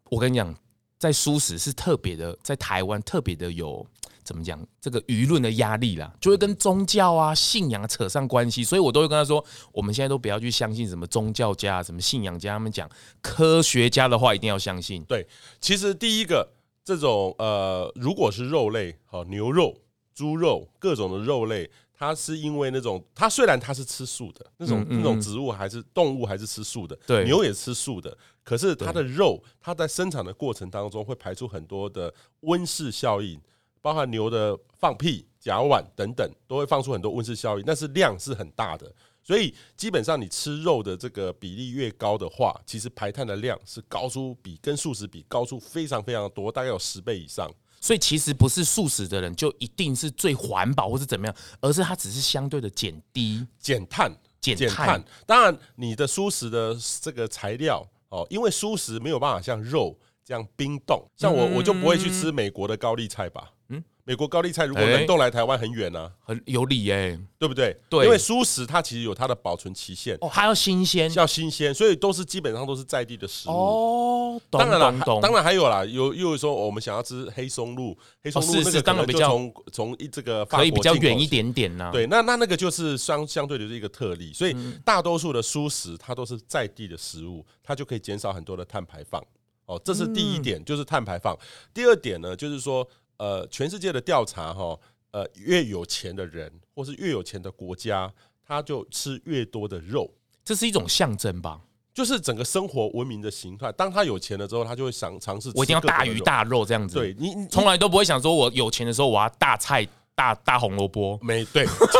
Speaker 1: 我跟你讲，在舒适是特别的，在台湾特别的有怎么讲这个舆论的压力啦，就会跟宗教啊、信仰扯上关系，所以我都会跟他说，我们现在都不要去相信什么宗教家、什么信仰家，他们讲科学家的话一定要相信。
Speaker 2: 对，其实第一个这种呃，如果是肉类，好、牛肉、猪肉各种的肉类，它是因为那种它虽然它是吃素的，那种、
Speaker 1: 嗯嗯
Speaker 2: 那种植物还是动物还是吃素的，
Speaker 1: 对
Speaker 2: 牛也吃素的，可是它的肉，它在生产的过程当中会排出很多的温室效应，包含牛的放屁、甲烷等等，都会放出很多温室效应，但是量是很大的。所以基本上你吃肉的这个比例越高的话，其实排碳的量是高出比跟素食比高出非常非常多，大概有十倍以上。
Speaker 1: 所以其实不是素食的人就一定是最环保或是怎么样，而是他只是相对的减低。
Speaker 2: 减碳，
Speaker 1: 减碳
Speaker 2: 当然，你的蔬食的这个材料哦，因为蔬食没有办法像肉这样冰冻，像
Speaker 1: 嗯
Speaker 2: 我、我就不会去吃美国的高丽菜吧。嗯，美国高丽菜如果
Speaker 1: 哎
Speaker 2: 冷冻来台湾很远啊，
Speaker 1: 很有理耶、
Speaker 2: 对不对？
Speaker 1: 对
Speaker 2: 因为蔬食它其实有它的保存期限，
Speaker 1: 哦，还要新鲜
Speaker 2: 要新鲜，所以都是基本上都是在地的食物。
Speaker 1: 哦，懂
Speaker 2: 当然了，
Speaker 1: 懂
Speaker 2: 还
Speaker 1: 懂，
Speaker 2: 当然还有啦，有又说我们想要吃黑松露，黑松
Speaker 1: 哦
Speaker 2: 露
Speaker 1: 是
Speaker 2: 那
Speaker 1: 是
Speaker 2: 个可
Speaker 1: 当然
Speaker 2: 能
Speaker 1: 比
Speaker 2: 就
Speaker 1: 较
Speaker 2: 从从一这个法
Speaker 1: 可以
Speaker 2: 国
Speaker 1: 比较
Speaker 2: 进口
Speaker 1: 远一
Speaker 2: 去
Speaker 1: 点点呐、
Speaker 2: 对，那那那个就是相相对的一个特例，所以
Speaker 1: 嗯
Speaker 2: 大多数的蔬食它都是在地的食物，它就可以减少很多的碳排放。哦，这是第
Speaker 1: 嗯
Speaker 2: 一点，就是碳排放。第二点呢，就是说，呃，全世界的调查哈，呃，越有钱的人或是越有钱的国家，他就吃越多的肉。
Speaker 1: 这是一种象征吧？
Speaker 2: 就是整个生活文明的形态。当他有钱了之后，他就会想尝试。
Speaker 1: 我一定要大鱼。大肉这样子，
Speaker 2: 对，你，你
Speaker 1: 从来都不会想说我有钱的时候我要大菜大大红萝卜，
Speaker 2: 没 对，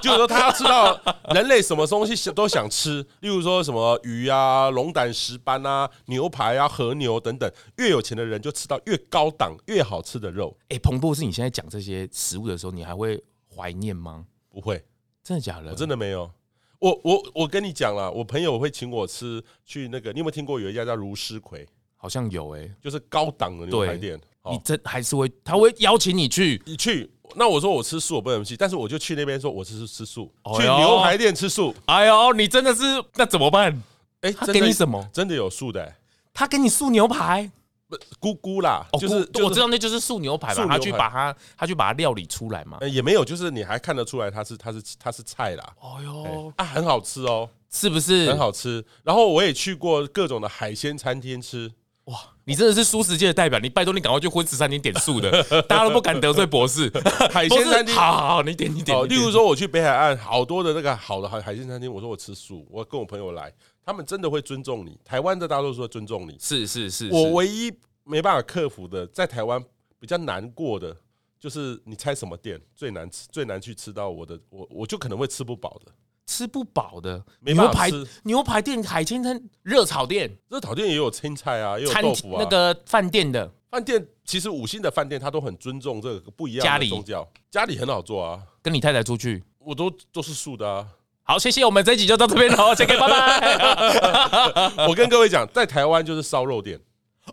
Speaker 2: 就是说他要吃到人类什么东西想都想吃，例如说什么鱼啊、龙胆石斑啊、牛排啊、和牛等等。越有钱的人就吃到越高档、越好吃的肉，
Speaker 1: 哎、彭博士，你现在讲这些食物的时候，你还会怀念吗？
Speaker 2: 不会，
Speaker 1: 真的假的？
Speaker 2: 我真的没有。我我我跟你讲啦，我朋友会请我吃去那个，你有没有听过有一家叫如师葵，
Speaker 1: 好像有哎、
Speaker 2: 就是高档的牛排店。
Speaker 1: 你
Speaker 2: 哦，
Speaker 1: 真还是会，他会邀请你去
Speaker 2: 你去，那我说我吃素，我不能去，但是我就去那边说我吃吃素，
Speaker 1: 哎呦
Speaker 2: 去牛排店吃素。
Speaker 1: 哎呦，你真的是那怎么办？
Speaker 2: 哎、
Speaker 1: 他
Speaker 2: 真的
Speaker 1: 给你什么？
Speaker 2: 真的有素的、欸，
Speaker 1: 他给你素牛排，
Speaker 2: 不咕咕啦，
Speaker 1: 哦，
Speaker 2: 就是
Speaker 1: 姑
Speaker 2: 就是
Speaker 1: 我知道那就是素牛排
Speaker 2: 素
Speaker 1: 嘛，
Speaker 2: 牛排
Speaker 1: 他去把它他去把它料理出来嘛。
Speaker 2: 呃，也没有，就是你还看得出来它是它是它是菜啦，
Speaker 1: 哎
Speaker 2: 哎
Speaker 1: 呦，
Speaker 2: 啊，很好吃哦，
Speaker 1: 是不是
Speaker 2: 很？好吃。然后我也去过各种的海鲜餐厅吃，
Speaker 1: 哇，你真的是舒适界的代表，你拜托你赶快去婚十三点点数 的，大家都不敢得罪博士。
Speaker 2: 海
Speaker 1: 博
Speaker 2: 鲜餐
Speaker 1: 士，
Speaker 2: 厅。
Speaker 1: 好好好，你点你点。
Speaker 2: 哦，
Speaker 1: 你
Speaker 2: 例
Speaker 1: 点
Speaker 2: 如说我去北海岸，好多的那个好的海海鲜餐厅，我说我吃素，我跟我朋友来，他们真的会尊重你。台湾的大多数会尊重你，
Speaker 1: 是是是，
Speaker 2: 我
Speaker 1: 我
Speaker 2: 唯一没办法克服的，在台湾比较难过的，就是你猜什么店最难吃、最难去吃到我的，我我就可能会吃不饱的。
Speaker 1: 吃不饱的
Speaker 2: 没
Speaker 1: 牛
Speaker 2: 办法
Speaker 1: 排
Speaker 2: 吃
Speaker 1: 牛排店、海鲜餐、热炒店、
Speaker 2: 热炒店也有青菜啊，也有
Speaker 1: 餐
Speaker 2: 豆腐啊。
Speaker 1: 那个饭店的，
Speaker 2: 饭店其实五星的饭店，它都很尊重这个不一
Speaker 1: 家
Speaker 2: 样
Speaker 1: 里
Speaker 2: 的宗教。家里很好做啊，
Speaker 1: 跟你太太出去。
Speaker 2: 我都都是素的啊。
Speaker 1: 好，谢谢，我们这一集就到这边 喽，再见，拜拜。呃
Speaker 2: 我跟各位讲，在台湾就是烧肉店，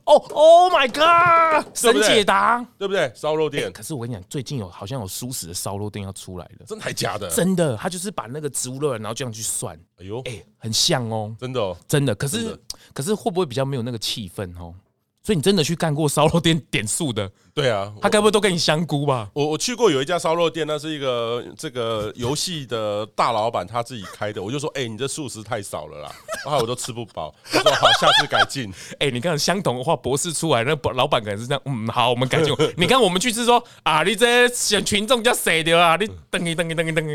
Speaker 1: 哦，Oh my God，
Speaker 2: 对
Speaker 1: 神
Speaker 2: 不对
Speaker 1: 解答。
Speaker 2: 对不对？烧肉店
Speaker 1: 哎可是我跟你讲，最近有好像有素食的烧肉店要出来了，
Speaker 2: 真的还假的？
Speaker 1: 真的，他就是把那个植物肉，然后这样去算，
Speaker 2: 哎呦，
Speaker 1: 哎、很像哦，
Speaker 2: 真的哦，
Speaker 1: 真的。可
Speaker 2: 真
Speaker 1: 是
Speaker 2: 的
Speaker 1: 可是会不会比较没有那个气氛哦？所以你真的去干过烧肉店点数的，
Speaker 2: 对啊，
Speaker 1: 他该不会都跟你香菇吧？
Speaker 2: 我我去过有一家烧肉店，那是一个这个游戏的大老板他自己开的，我就说，哎、你这素食太少了啦，然后我都吃不饱。他说好，下次改进。
Speaker 1: 哎、你看相同的话，博士出来，那老板可能是这样，嗯，好，我们 改进。你看我们去是说啊，你这选群众叫谁的 啊？你等你等你等你等你。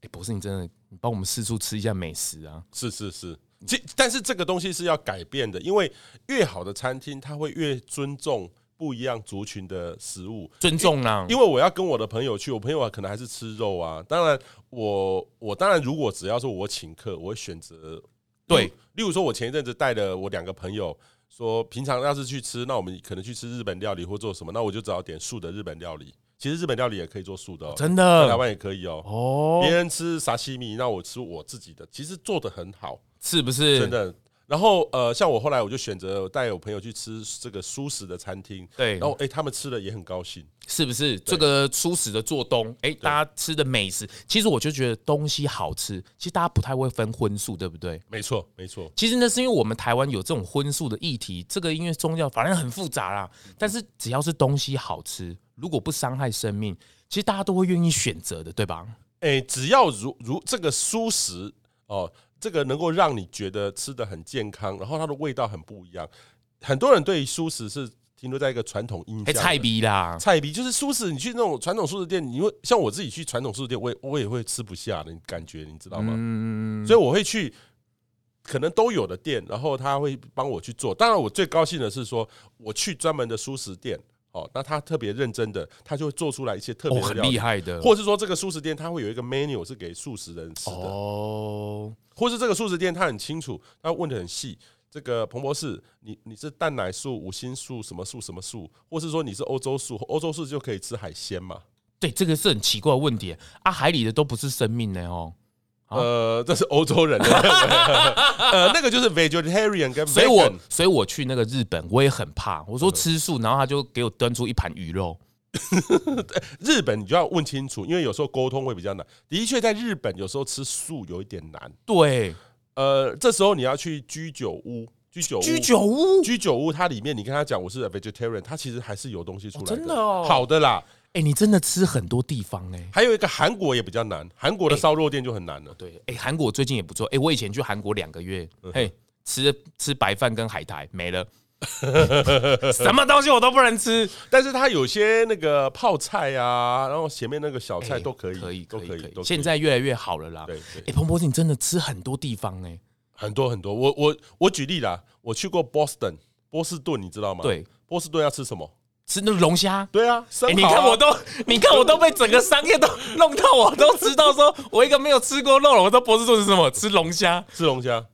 Speaker 1: 哎、博士，你真的，你帮我们四处吃一下美食啊！
Speaker 2: 是是是，其但是这个东西是要改变的，因为越好的餐厅，它会越尊重不一样族群的食物。
Speaker 1: 尊重啊啦、
Speaker 2: 因为我要跟我的朋友去，我朋友可能还是吃肉啊。当然我，我当然如果只要说我请客，我会选择
Speaker 1: 对
Speaker 2: 例如例如说，我前一阵子带了我两个朋友，说平常要是去吃，那我们可能去吃日本料理或做什么，那我就只好点素的日本料理。其实日本料理也可以做素的、哦，
Speaker 1: 真
Speaker 2: 在台
Speaker 1: 的
Speaker 2: 湾也可以哦。
Speaker 1: 哦
Speaker 2: 别，人吃沙西米，那我吃我自己的，其实做的很好。
Speaker 1: 是不是？
Speaker 2: 真的。然后呃，像我后来我就选择带我朋友去吃这个素食的餐厅，
Speaker 1: 对
Speaker 2: 然后哎、他们吃了也很高兴，
Speaker 1: 是不是这个初始的做东？哎、大家吃的美食，其实我就觉得东西好吃，其实大家不太会分荤素，对不对？
Speaker 2: 没错没错，
Speaker 1: 其实那是因为我们台湾有这种荤素的议题，这个因为宗教反正很复杂啦。
Speaker 2: 嗯
Speaker 1: 但是只要是东西好吃，如果不伤害生命，其实大家都会愿意选择的，对吧？
Speaker 2: 哎、只要如如这个素食哦、这个能够让你觉得吃的很健康，然后它的味道很不一样。很多人对于素食是停留在一个传统印象
Speaker 1: 哎、
Speaker 2: 的，
Speaker 1: 菜逼啦，
Speaker 2: 啊菜皮就是素食，你去那种传统素食店，你会像我自己去传统素食店，我也我也会吃不下的感觉，你知道
Speaker 1: 嗯
Speaker 2: 吗？所以我会去可能都有的店，然后他会帮我去做。当然，我最高兴的是说，我去专门的素食店，哦，那他特别认真的，他就会做出来一些特别
Speaker 1: 哦，
Speaker 2: 的
Speaker 1: 很
Speaker 2: 料
Speaker 1: 厉
Speaker 2: 理。
Speaker 1: 害的
Speaker 2: 或是说这个素食店它会有一个 menu 是给素食人吃的，
Speaker 1: 哦，
Speaker 2: 或是这个素食店他很清楚，他问的很细。这个彭博士，你你是蛋奶素、五星素什么素什么素，或是说你是欧洲素，欧洲素就可以吃海鲜嘛？
Speaker 1: 对，这个是很奇怪的问题啊，海里的都不是生命呢哦。啊
Speaker 2: 呃，这是欧洲 人的，呃，那个就是 vegetarian 跟 vegan，
Speaker 1: 所以我所以我去那个日本，我也很怕。我
Speaker 2: 嗯
Speaker 1: 说吃素，然后他就给我端出一盘鱼肉。
Speaker 2: 哦日本你就要问清楚，因为有时候沟通会比较难。的确，在日本有时候吃素有一点难，
Speaker 1: 对，
Speaker 2: 呃，这时候你要去居酒屋，居酒屋，
Speaker 1: 居酒屋，
Speaker 2: 居酒屋它里面你跟他讲我是 vegetarian，它其实还是有东西出来的，
Speaker 1: 哦真的哦
Speaker 2: 好的啦。
Speaker 1: 哎、你真的吃很多地方哎、
Speaker 2: 还有一个韩国也比较难，韩国的
Speaker 1: 哎
Speaker 2: 烧肉店就很难了。
Speaker 1: 对，哎、韩国最近也不错。哎、我以前去韩国两个月，
Speaker 2: 嗯
Speaker 1: 嘿，吃吃白饭跟海苔没了，什么东西我都不能吃。
Speaker 2: 但是它有些那个泡菜啊，然后前面那个小 菜
Speaker 1: 哎
Speaker 2: 都可以，
Speaker 1: 可以，
Speaker 2: 都
Speaker 1: 可以，
Speaker 2: 可
Speaker 1: 可
Speaker 2: 以，
Speaker 1: 以
Speaker 2: 都。可以
Speaker 1: 现在越来越好了啦。
Speaker 2: 对
Speaker 1: 哎、
Speaker 2: 对，
Speaker 1: 彭博士，你真的吃很多地方哎、
Speaker 2: 很多很多。我我我举例啦，我去过 Boston 波士顿，你知道吗？，
Speaker 1: 对，
Speaker 2: 波士顿要吃什么？
Speaker 1: 吃那个龙虾。
Speaker 2: 对啊，
Speaker 1: 哎、
Speaker 2: 生
Speaker 1: 你
Speaker 2: 蚝啊
Speaker 1: 看我都，你看我都被整个商业都弄到，我都知道说，我一个没有吃过肉我的博士做是什么？吃龙虾，
Speaker 2: 吃龙虾，然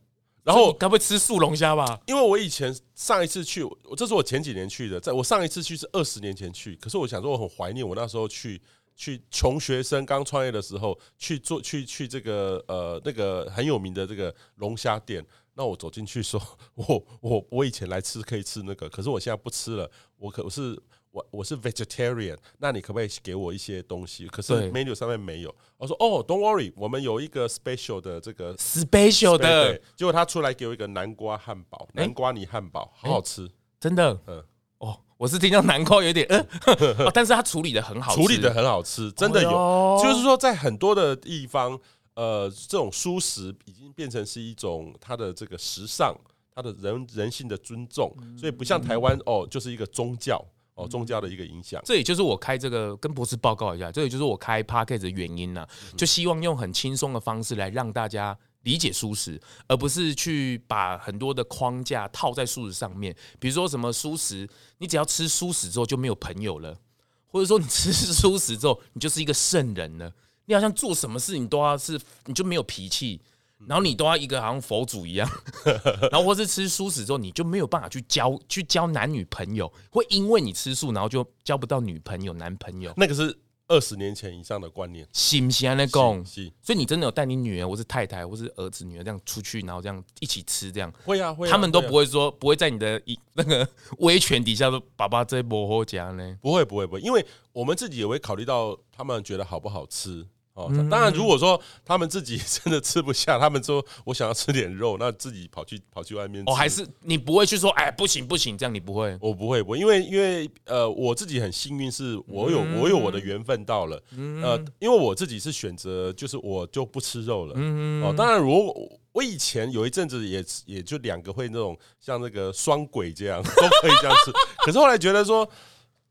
Speaker 1: 然
Speaker 2: 后
Speaker 1: 后该不会吃素龙虾吧？
Speaker 2: 因为我以前上一次去，我这是我前几年去的，在我上一次去是二十年前去，可是我想说我很怀念我那时候去去穷学生刚创业的时候去做去去这个呃那个很有名的这个龙虾店。那我走进去说， 我我我以前来吃可以吃那个，可是我现在不吃了，我可我是我我是 vegetarian，那你可不可以给我一些东西？可是
Speaker 1: 对
Speaker 2: menu 上面没有。我说哦，Don't worry，我们有一个 special 的这个
Speaker 1: special
Speaker 2: 对
Speaker 1: 的
Speaker 2: 对，结果他出来给我一个南瓜汉堡，南瓜泥汉堡，好好吃，
Speaker 1: 真的，
Speaker 2: 嗯
Speaker 1: 哦，我是听到南瓜有点，嗯、 哦，但是他处理的很好吃，哦
Speaker 2: 处理的很好吃，真的有。
Speaker 1: 有
Speaker 2: 就是说，在很多的地方，呃，这种素食已经变成是一种它的这个时尚，它的人人性的尊重，
Speaker 1: 嗯
Speaker 2: 所以不像台湾哦，就是一个宗教哦，宗教的一个影响。
Speaker 1: 这也就是我开这个跟博士报告一下，这也就是我开 p a c k a g e 的原因呢、
Speaker 2: 嗯
Speaker 1: 就希望用很轻松的方式来让大家理解素食，而不是去把很多的框架套在素食上面。比如说什么素食，你只要吃素食之后就没有朋友了，或者说你吃素食之后你就是一个圣人了，你好像做什么事你都要是你就没有脾气。然后你都要一个好像佛祖一样， 然后或是吃素食之后，你就没有办法去交去交男女朋友，会因为你吃素，然后就交不到女朋友、男朋友，
Speaker 2: 那个是二十年前以上的观念。
Speaker 1: 信不信啊？那讲，
Speaker 2: 是是
Speaker 1: 所以你真的有带你女儿或是太太或是儿子女儿这样出去，然后这样一起吃这样。
Speaker 2: 会啊，会啊，
Speaker 1: 他们都
Speaker 2: 会啊
Speaker 1: 不会说，不会在你的一那个 威权底下说“爸爸这不好讲呢
Speaker 2: 不会不会不会，因为我们自己也会考虑到他们觉得好不好吃哦。当然，如果说他们自己 真的吃不下，他们说我想要吃点肉，那自己跑去跑去外面”，吃。
Speaker 1: 哦，还是你不会去说“哎，不行不行”，这样你不会。
Speaker 2: 我不会，不会，因为因为呃，我自己很幸运，是我有、
Speaker 1: 嗯
Speaker 2: 我有我的缘分到了，呃，因为我自己是选择，就是我就不吃肉了，
Speaker 1: 嗯
Speaker 2: 哦，当然如果我以前有一阵子也也就两个会那种像那个双轨这样 都可以这样吃，可是后来觉得说。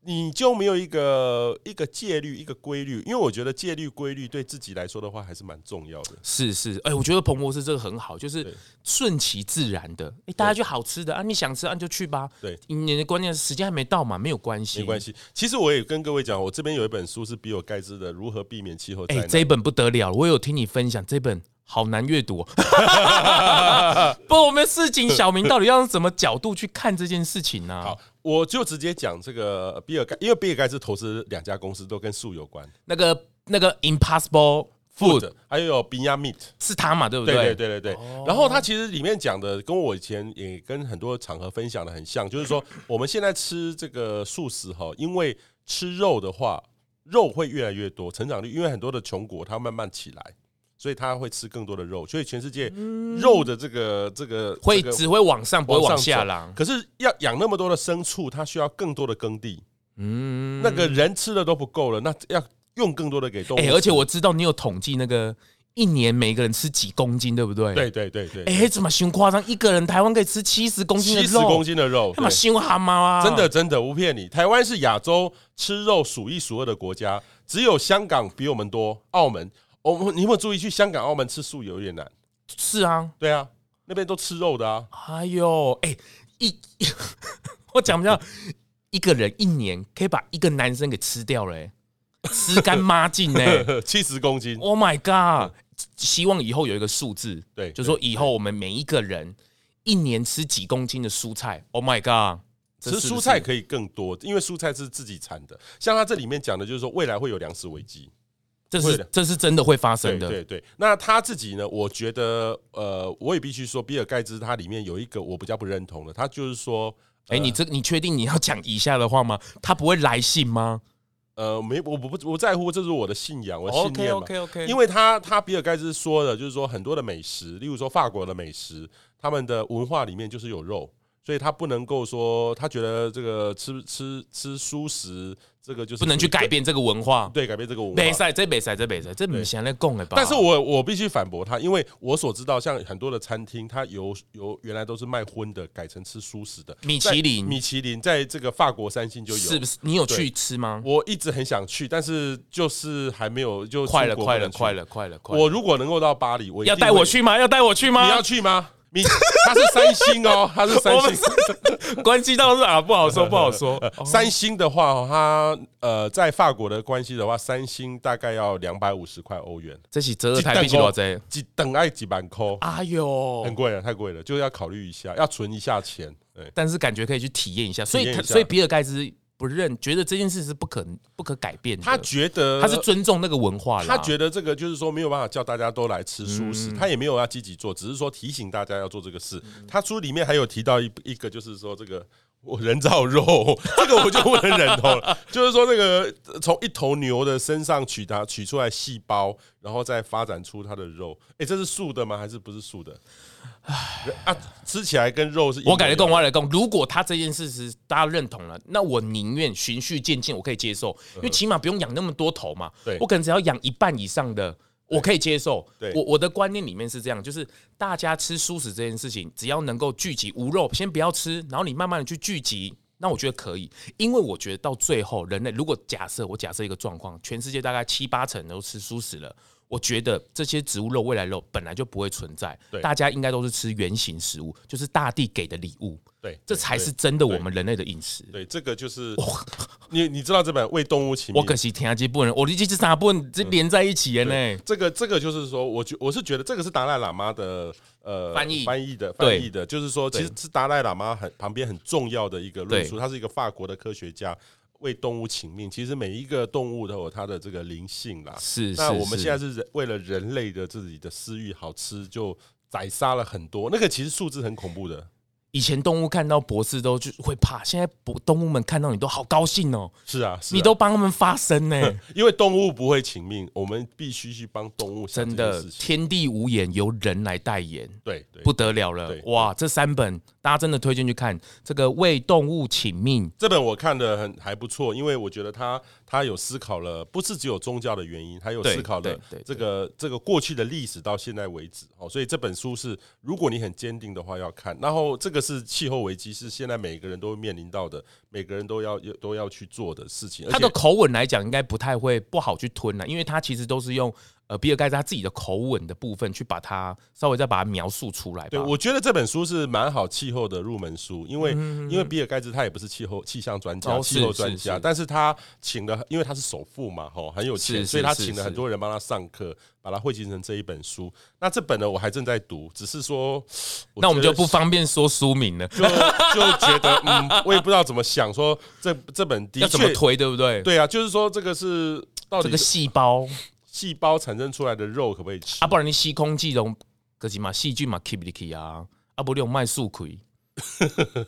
Speaker 2: 你就没有一个一个戒律，一个规律，因为我觉得戒律规律对自己来说的话还是蛮重要的。
Speaker 1: 是是，哎、我觉得彭博士这个很好，就是
Speaker 2: 对
Speaker 1: 顺其自然的，哎、大家就好吃的啊，你想吃啊你就去吧。
Speaker 2: 对，
Speaker 1: 你的关键是时间还没到嘛，没有关系，
Speaker 2: 没关。系，其实我也跟各位讲，我这边有一本书是比尔盖茨的《如何避免气候灾
Speaker 1: 哎、
Speaker 2: 难》。
Speaker 1: 这一本不得了，我有听你分享，这本好难阅读、 哦。不，我们市井小民到底要用什么角度去看这件事情呢、
Speaker 2: 好，我就直接讲这个呃比尔盖，因为比尔盖茨投资两家公司都跟树有关
Speaker 1: 那个那个 Impossible Food
Speaker 2: ，Food 还有 Beyond Meat，
Speaker 1: 是他嘛，对不
Speaker 2: 对
Speaker 1: 对？
Speaker 2: 对对对对。然后他其实里面讲的跟我以前也跟很多场合分享的很像，就是说我们现在吃这个素食哈，因为吃肉的话，肉会越来越多，成长率因为很多的穷国它慢慢起来。所以他会吃更多的肉，所以全世界肉的这个、这个
Speaker 1: 会
Speaker 2: 这个
Speaker 1: 只会往上，不会往
Speaker 2: 往上
Speaker 1: 下
Speaker 2: 走
Speaker 1: 啦。
Speaker 2: 可是要养那么多的牲畜，它需要更多的耕地，
Speaker 1: 嗯，
Speaker 2: 那个人吃的都不够了，那要用更多的给动物
Speaker 1: 哎、
Speaker 2: 吃。
Speaker 1: 而且我知道你有统计那个一年每个人吃几公斤，对不对？。
Speaker 2: 对对对对，
Speaker 1: 哎、怎么凶夸张？一个人台湾可以吃七十公斤的
Speaker 2: 七
Speaker 1: 肉，
Speaker 2: 十公斤的肉，
Speaker 1: 他妈
Speaker 2: 对
Speaker 1: 凶蛤蟆啊！
Speaker 2: 真的真的不骗你，台湾是亚洲吃肉数一数二的国家，只有香港比我们多，澳门，我们你有没有注意去香港、澳门吃素有点难？
Speaker 1: 是啊。
Speaker 2: 对啊，那边都吃肉的啊，
Speaker 1: 哎呦，哎、一 我讲不到，一个人一年可以把一个男生给吃掉了、欸，吃干抹净呢。
Speaker 2: 七十公斤，
Speaker 1: Oh my god！希望以后有一个数字，
Speaker 2: 对
Speaker 1: 就说以后我们每一个人一年吃几公斤的蔬菜。Oh my god！这
Speaker 2: 吃
Speaker 1: 是不
Speaker 2: 蔬
Speaker 1: 是
Speaker 2: 菜可以更多，因为蔬菜是自己产的。像他这里面讲的，就是说未来会有粮食危机。
Speaker 1: 这
Speaker 2: 会的
Speaker 1: 是这是真的会发生的。
Speaker 2: 对对对，那他自己呢？我觉得，呃，我也必须说，比尔盖茨他里面有一个我比较不认同的，他就是说，
Speaker 1: 哎、你这你确定你要讲以下的话吗？他不会来信吗
Speaker 2: 呃，没，我不不在乎，这是我的信仰，我的信念嘛。
Speaker 1: OK，
Speaker 2: 因
Speaker 1: 为
Speaker 2: 为他他比尔盖茨说的，就是说很多的美食，例如说法国的美食，他们的文化里面就是有肉，所以他不能够说他觉得这个吃吃吃素食这个就是
Speaker 1: 不能去改，变这个文化。
Speaker 2: 对，改变这个文化。
Speaker 1: 北赛这北赛这北赛这不想在供了吧？
Speaker 2: 但是我我必须反驳他，因为我所知道，像很多的餐厅，它由由原来都是卖荤的，改成吃素食的。
Speaker 1: 米其林
Speaker 2: 在米其林在这个法国三星就有，
Speaker 1: 是不是你有
Speaker 2: 对
Speaker 1: 去吃吗？
Speaker 2: 我一直很想去，但是就是还没有，就
Speaker 1: 快了，
Speaker 2: 出国
Speaker 1: 快
Speaker 2: 不
Speaker 1: 了，
Speaker 2: 能去
Speaker 1: 快。了，快了，快了！
Speaker 2: 我如果能够到巴黎，我一定
Speaker 1: 要带我
Speaker 2: 会，
Speaker 1: 去吗？要带我去吗？
Speaker 2: 你要去吗？米，它是三 星哦，它是三
Speaker 1: 我们
Speaker 2: 星。
Speaker 1: 关系到是啊，不好说， 不好说。
Speaker 2: 三星的话哦，它呃，在法国的关系的话，三星大概要两百五十块欧元，
Speaker 1: 这是折合台币是多少？
Speaker 2: 几等爱几万块。
Speaker 1: 哎呦
Speaker 2: 很，贵了，啊太贵了，就要考虑一下，要存一下钱。对，
Speaker 1: 但是感觉可以去体验一下。所以
Speaker 2: 体验
Speaker 1: 他，
Speaker 2: 一下
Speaker 1: 所以比尔盖茨不认，觉得这件事是不可不可改变的。
Speaker 2: 他觉得
Speaker 1: 他是尊重那个文化啦，
Speaker 2: 他觉得这个就是说没有办法叫大家都来吃素食，他也没有要积极做，只是说提醒大家要做这个事。嗯他书里面还有提到一一个，就是说这个。我人造肉，这个我就不能忍痛了。就是说，那个呃从一头牛的身上取它取出来细胞，然后再发展出它的肉。哎、这是素的吗？还是不是素的？啊，吃啊起来跟肉是一模一样
Speaker 1: 我感觉跟我来讲，如果他这件事是大家认同了，那我宁愿循序渐进，我可以接受，因为起码不用养那么多头嘛。
Speaker 2: 嗯对
Speaker 1: 我可能只要养一半以上的，我可以接受。
Speaker 2: 对
Speaker 1: 我我的观念里面是这样，就是大家吃素食这件事情，只要能够聚集无肉，先不要吃，然后你慢慢的去聚集，那我觉得可以。因为我觉得到最后，人类如果假设我假设一个状况，全世界大概七八成都吃素食了。我觉得这些植物肉、未来肉本来就不会存在
Speaker 2: 对，
Speaker 1: 大家应该都是吃原形食物，就是大地给的礼物，
Speaker 2: 对，
Speaker 1: 这
Speaker 2: 对
Speaker 1: 才
Speaker 2: 对
Speaker 1: 是真的我们人类的饮食。
Speaker 2: 对，这个就是你你知道这本《为动物起名
Speaker 1: 我》可惜听下这部分，我的这这部
Speaker 2: 嗯
Speaker 1: 分这连在一起了呢。
Speaker 2: 这个这个就是说，我觉我是觉得这个是达赖喇嘛的呃
Speaker 1: 翻译
Speaker 2: 翻译的
Speaker 1: 对
Speaker 2: 翻译的，就是说其实是达赖喇嘛很旁边很重要的一个论述，他是一个法国的科学家，为动物请命。其实每一个动物都有它的这个灵性啦。
Speaker 1: 是，
Speaker 2: 那
Speaker 1: 是
Speaker 2: 我们
Speaker 1: 是
Speaker 2: 现在是人为了人类的自己的私欲好吃，就宰杀了很多，那个其实数字很恐怖的。
Speaker 1: 以前动物看到博士都就会怕，现在博动物们看到你都好高兴哦，
Speaker 2: 是啊，是啊
Speaker 1: 你都帮他们发声呢，
Speaker 2: 因为动物不会请命，我们必须去帮动物想
Speaker 1: 真
Speaker 2: 这件
Speaker 1: 的
Speaker 2: 事，情。
Speaker 1: 天地无眼，由人来代言，
Speaker 2: 对对，
Speaker 1: 不得了了
Speaker 2: 对！
Speaker 1: 哇，这三本大家真的推荐去看，这个为动物请命，
Speaker 2: 这本我看的很还不错，因为我觉得他他有思考了，不是只有宗教的原因，还有
Speaker 1: 对
Speaker 2: 思考了
Speaker 1: 对对对
Speaker 2: 这个这个过去的历史到现在为止哦，所以这本书是如果你很坚定的话要看，然后这个是气候危机，是现在每个人都会面临到的，每个人都要都要去做的事情，而
Speaker 1: 它的
Speaker 2: 且
Speaker 1: 口吻来讲，应该不太会不好去吞啊了，因为它其实都是用呃比尔盖茨他自己的口吻的部分去把它稍微再把它描述出来吧。
Speaker 2: 对，我觉得这本书是蛮好气候的入门书，因
Speaker 1: 嗯
Speaker 2: 为、因为比尔盖茨他也不是气候气象专家、
Speaker 1: 哦
Speaker 2: 气候
Speaker 1: 是
Speaker 2: 专
Speaker 1: 是
Speaker 2: 家，
Speaker 1: 是
Speaker 2: 但是他请了，因为他是首富嘛，吼，很有钱，
Speaker 1: 是
Speaker 2: 所以他
Speaker 1: 是
Speaker 2: 请了
Speaker 1: 是
Speaker 2: 很多人帮他上课，把它汇集成这一本书。那这本呢，我还正在读，只是说，
Speaker 1: 那我们
Speaker 2: 觉
Speaker 1: 就
Speaker 2: 得
Speaker 1: 不方便说书名了，
Speaker 2: 就就觉得，嗯，我也不知道怎么想，说这这本的
Speaker 1: 要怎么
Speaker 2: 确，
Speaker 1: 推，对不对？
Speaker 2: 对啊，就是说这个是到
Speaker 1: 这
Speaker 2: 底
Speaker 1: 个细胞
Speaker 2: 细胞产生出来的肉可不可以吃
Speaker 1: 啊，？不然你吸空气中，可是嘛细菌嘛 keep 不 keep 啊，啊不然你用麦素 葵。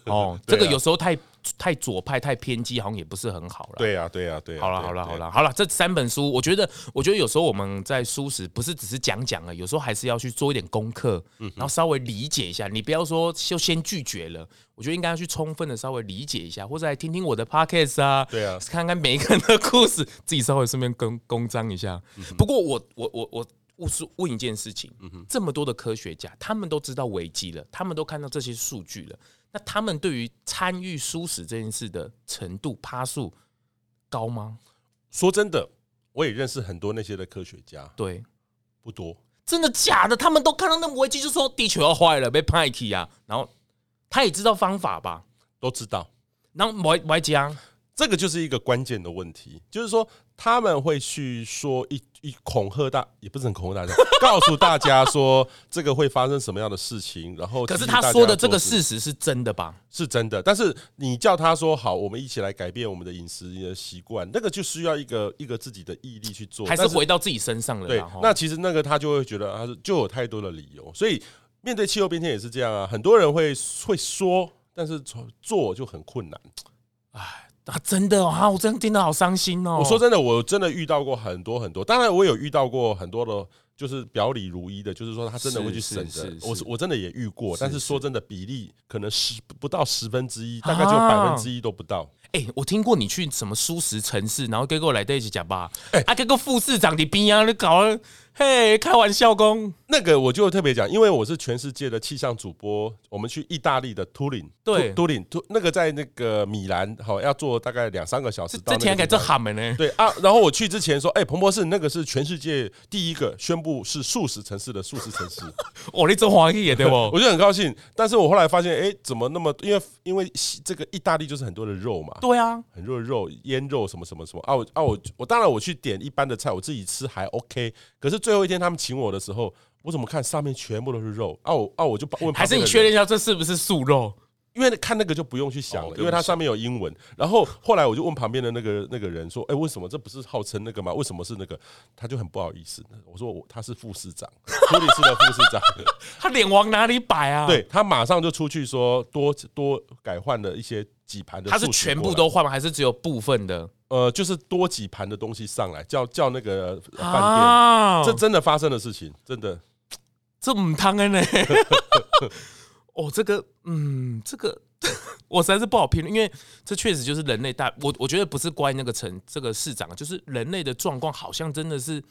Speaker 1: 哦，这
Speaker 2: 对啊
Speaker 1: 个有时候太太左派太偏激，好像也不是很好了。
Speaker 2: 对啊，对啊，对啊，
Speaker 1: 好了，
Speaker 2: 对啊
Speaker 1: 好了，
Speaker 2: 对啊
Speaker 1: 好了，好了，这三本书，我觉得，我觉得有时候我们在书时不是只是讲讲了，有时候还是要去做一点功课，
Speaker 2: 嗯
Speaker 1: 然后稍微理解一下。你不要说就先拒绝了，我觉得应该要去充分的稍微理解一下，或者来听听我的 podcast 啊，
Speaker 2: 对啊
Speaker 1: 看看每一个人的故事，自己稍微顺便公公章一下。
Speaker 2: 嗯
Speaker 1: 不过我我我我。我是问一件事情，这么多的科学家，他们都知道危机了，他们都看到这些数据了，那他们对于参与舒适这件事的程度趴数高吗？
Speaker 2: 说真的，我也认识很多那些的科学家，
Speaker 1: 对，
Speaker 2: 不多。
Speaker 1: 真的假的？他们都看到那么危机，就说地球要坏了，被派去啊。然后他也知道方法吧？
Speaker 2: 都知道，
Speaker 1: 然后外外讲，
Speaker 2: 这个就是一个关键的问题，就是说他们会去说一一恐吓大，也不是很恐吓大家， 告诉大家说这个会发生什么样的事情，然后
Speaker 1: 可是
Speaker 2: 提醒
Speaker 1: 他
Speaker 2: 大家
Speaker 1: 说的这个
Speaker 2: 做事
Speaker 1: 事实是真的吧？
Speaker 2: 是真的，但是你叫他说好，我们一起来改变我们的饮食的习惯，那个就需要一个一个自己的毅力去做，
Speaker 1: 还是
Speaker 2: 但
Speaker 1: 回到自己身上了
Speaker 2: 对
Speaker 1: 啦？齁，
Speaker 2: 那其实那个他就会觉得他是就有太多的理由，所以面对气候变迁也是这样啊，很多人会会说，但是从做就很困难。
Speaker 1: 啊，真的哦啊，我真的听得好伤心哦。
Speaker 2: 我说真的，我真的遇到过很多很多，当然我有遇到过很多的，就是表里如一的，就是说他真的会去审
Speaker 1: 是
Speaker 2: 的
Speaker 1: 是，是
Speaker 2: 我
Speaker 1: 是
Speaker 2: 我真的也遇过，但是
Speaker 1: 是
Speaker 2: 说真的，比例可能十不到十分之一，大概就百
Speaker 1: 啊
Speaker 2: 分之一都不到。
Speaker 1: 哎、我听过你去什么舒适城市，然后跟我来在一起讲吧。
Speaker 2: 哎
Speaker 1: 啊，跟个副市长你边啊，你搞啊嘿，开玩笑公。
Speaker 2: 那个我就特别讲，因为我是全世界的气象主播，我们去意大利的图林，
Speaker 1: 对
Speaker 2: 图林图那个在那个米兰，好要坐大概两三个小时
Speaker 1: 这
Speaker 2: 到
Speaker 1: 这
Speaker 2: 那个地
Speaker 1: 天
Speaker 2: 方。
Speaker 1: 给这喊门呢？
Speaker 2: 对啊，然后我去之前说，哎、彭博士，那个是全世界第一个宣布是素食城市的素食城市。
Speaker 1: 哦，你真欢喜 也对不？
Speaker 2: 我就很高兴。但是我后来发现，哎、怎么那么？因为因为西这个意大利就是很多的肉嘛，
Speaker 1: 对啊，
Speaker 2: 很多的肉、腌肉什么什么什么啊我啊我我当然我去点一般的菜，我自己吃还 OK。可是最后一天他们请我的时候，我怎么看上面全部都是肉啊我？啊我就问旁边的人，
Speaker 1: 还是你确认一下这是不是素肉？
Speaker 2: 因为看那个就不用去想
Speaker 1: 哦
Speaker 2: 了，
Speaker 1: 不用
Speaker 2: 因为它上面有英文。然后后来我就问旁边的那个那个人说：“哎、为什么这不是号称那个吗？为什么是那个？”他就很不好意思。我说我：“他是副市长，普里斯的副市长。”
Speaker 1: 他脸往哪里摆啊？
Speaker 2: 对他马上就出去说多多改换了一些几盘的
Speaker 1: 他
Speaker 2: 素食
Speaker 1: 是
Speaker 2: 过来，
Speaker 1: 全部都换吗？还是只有部分的？
Speaker 2: 呃，就是多几盘的东西上来，叫叫那个呃饭店。
Speaker 1: 啊，
Speaker 2: 这真的发生的事情，真的
Speaker 1: 这母汤恩呢？ 哦，这个，嗯，这个 我实在是不好评论，因为这确实就是人类大，啊我我觉得不是怪那个城这个市长，就是人类的状况好像真的是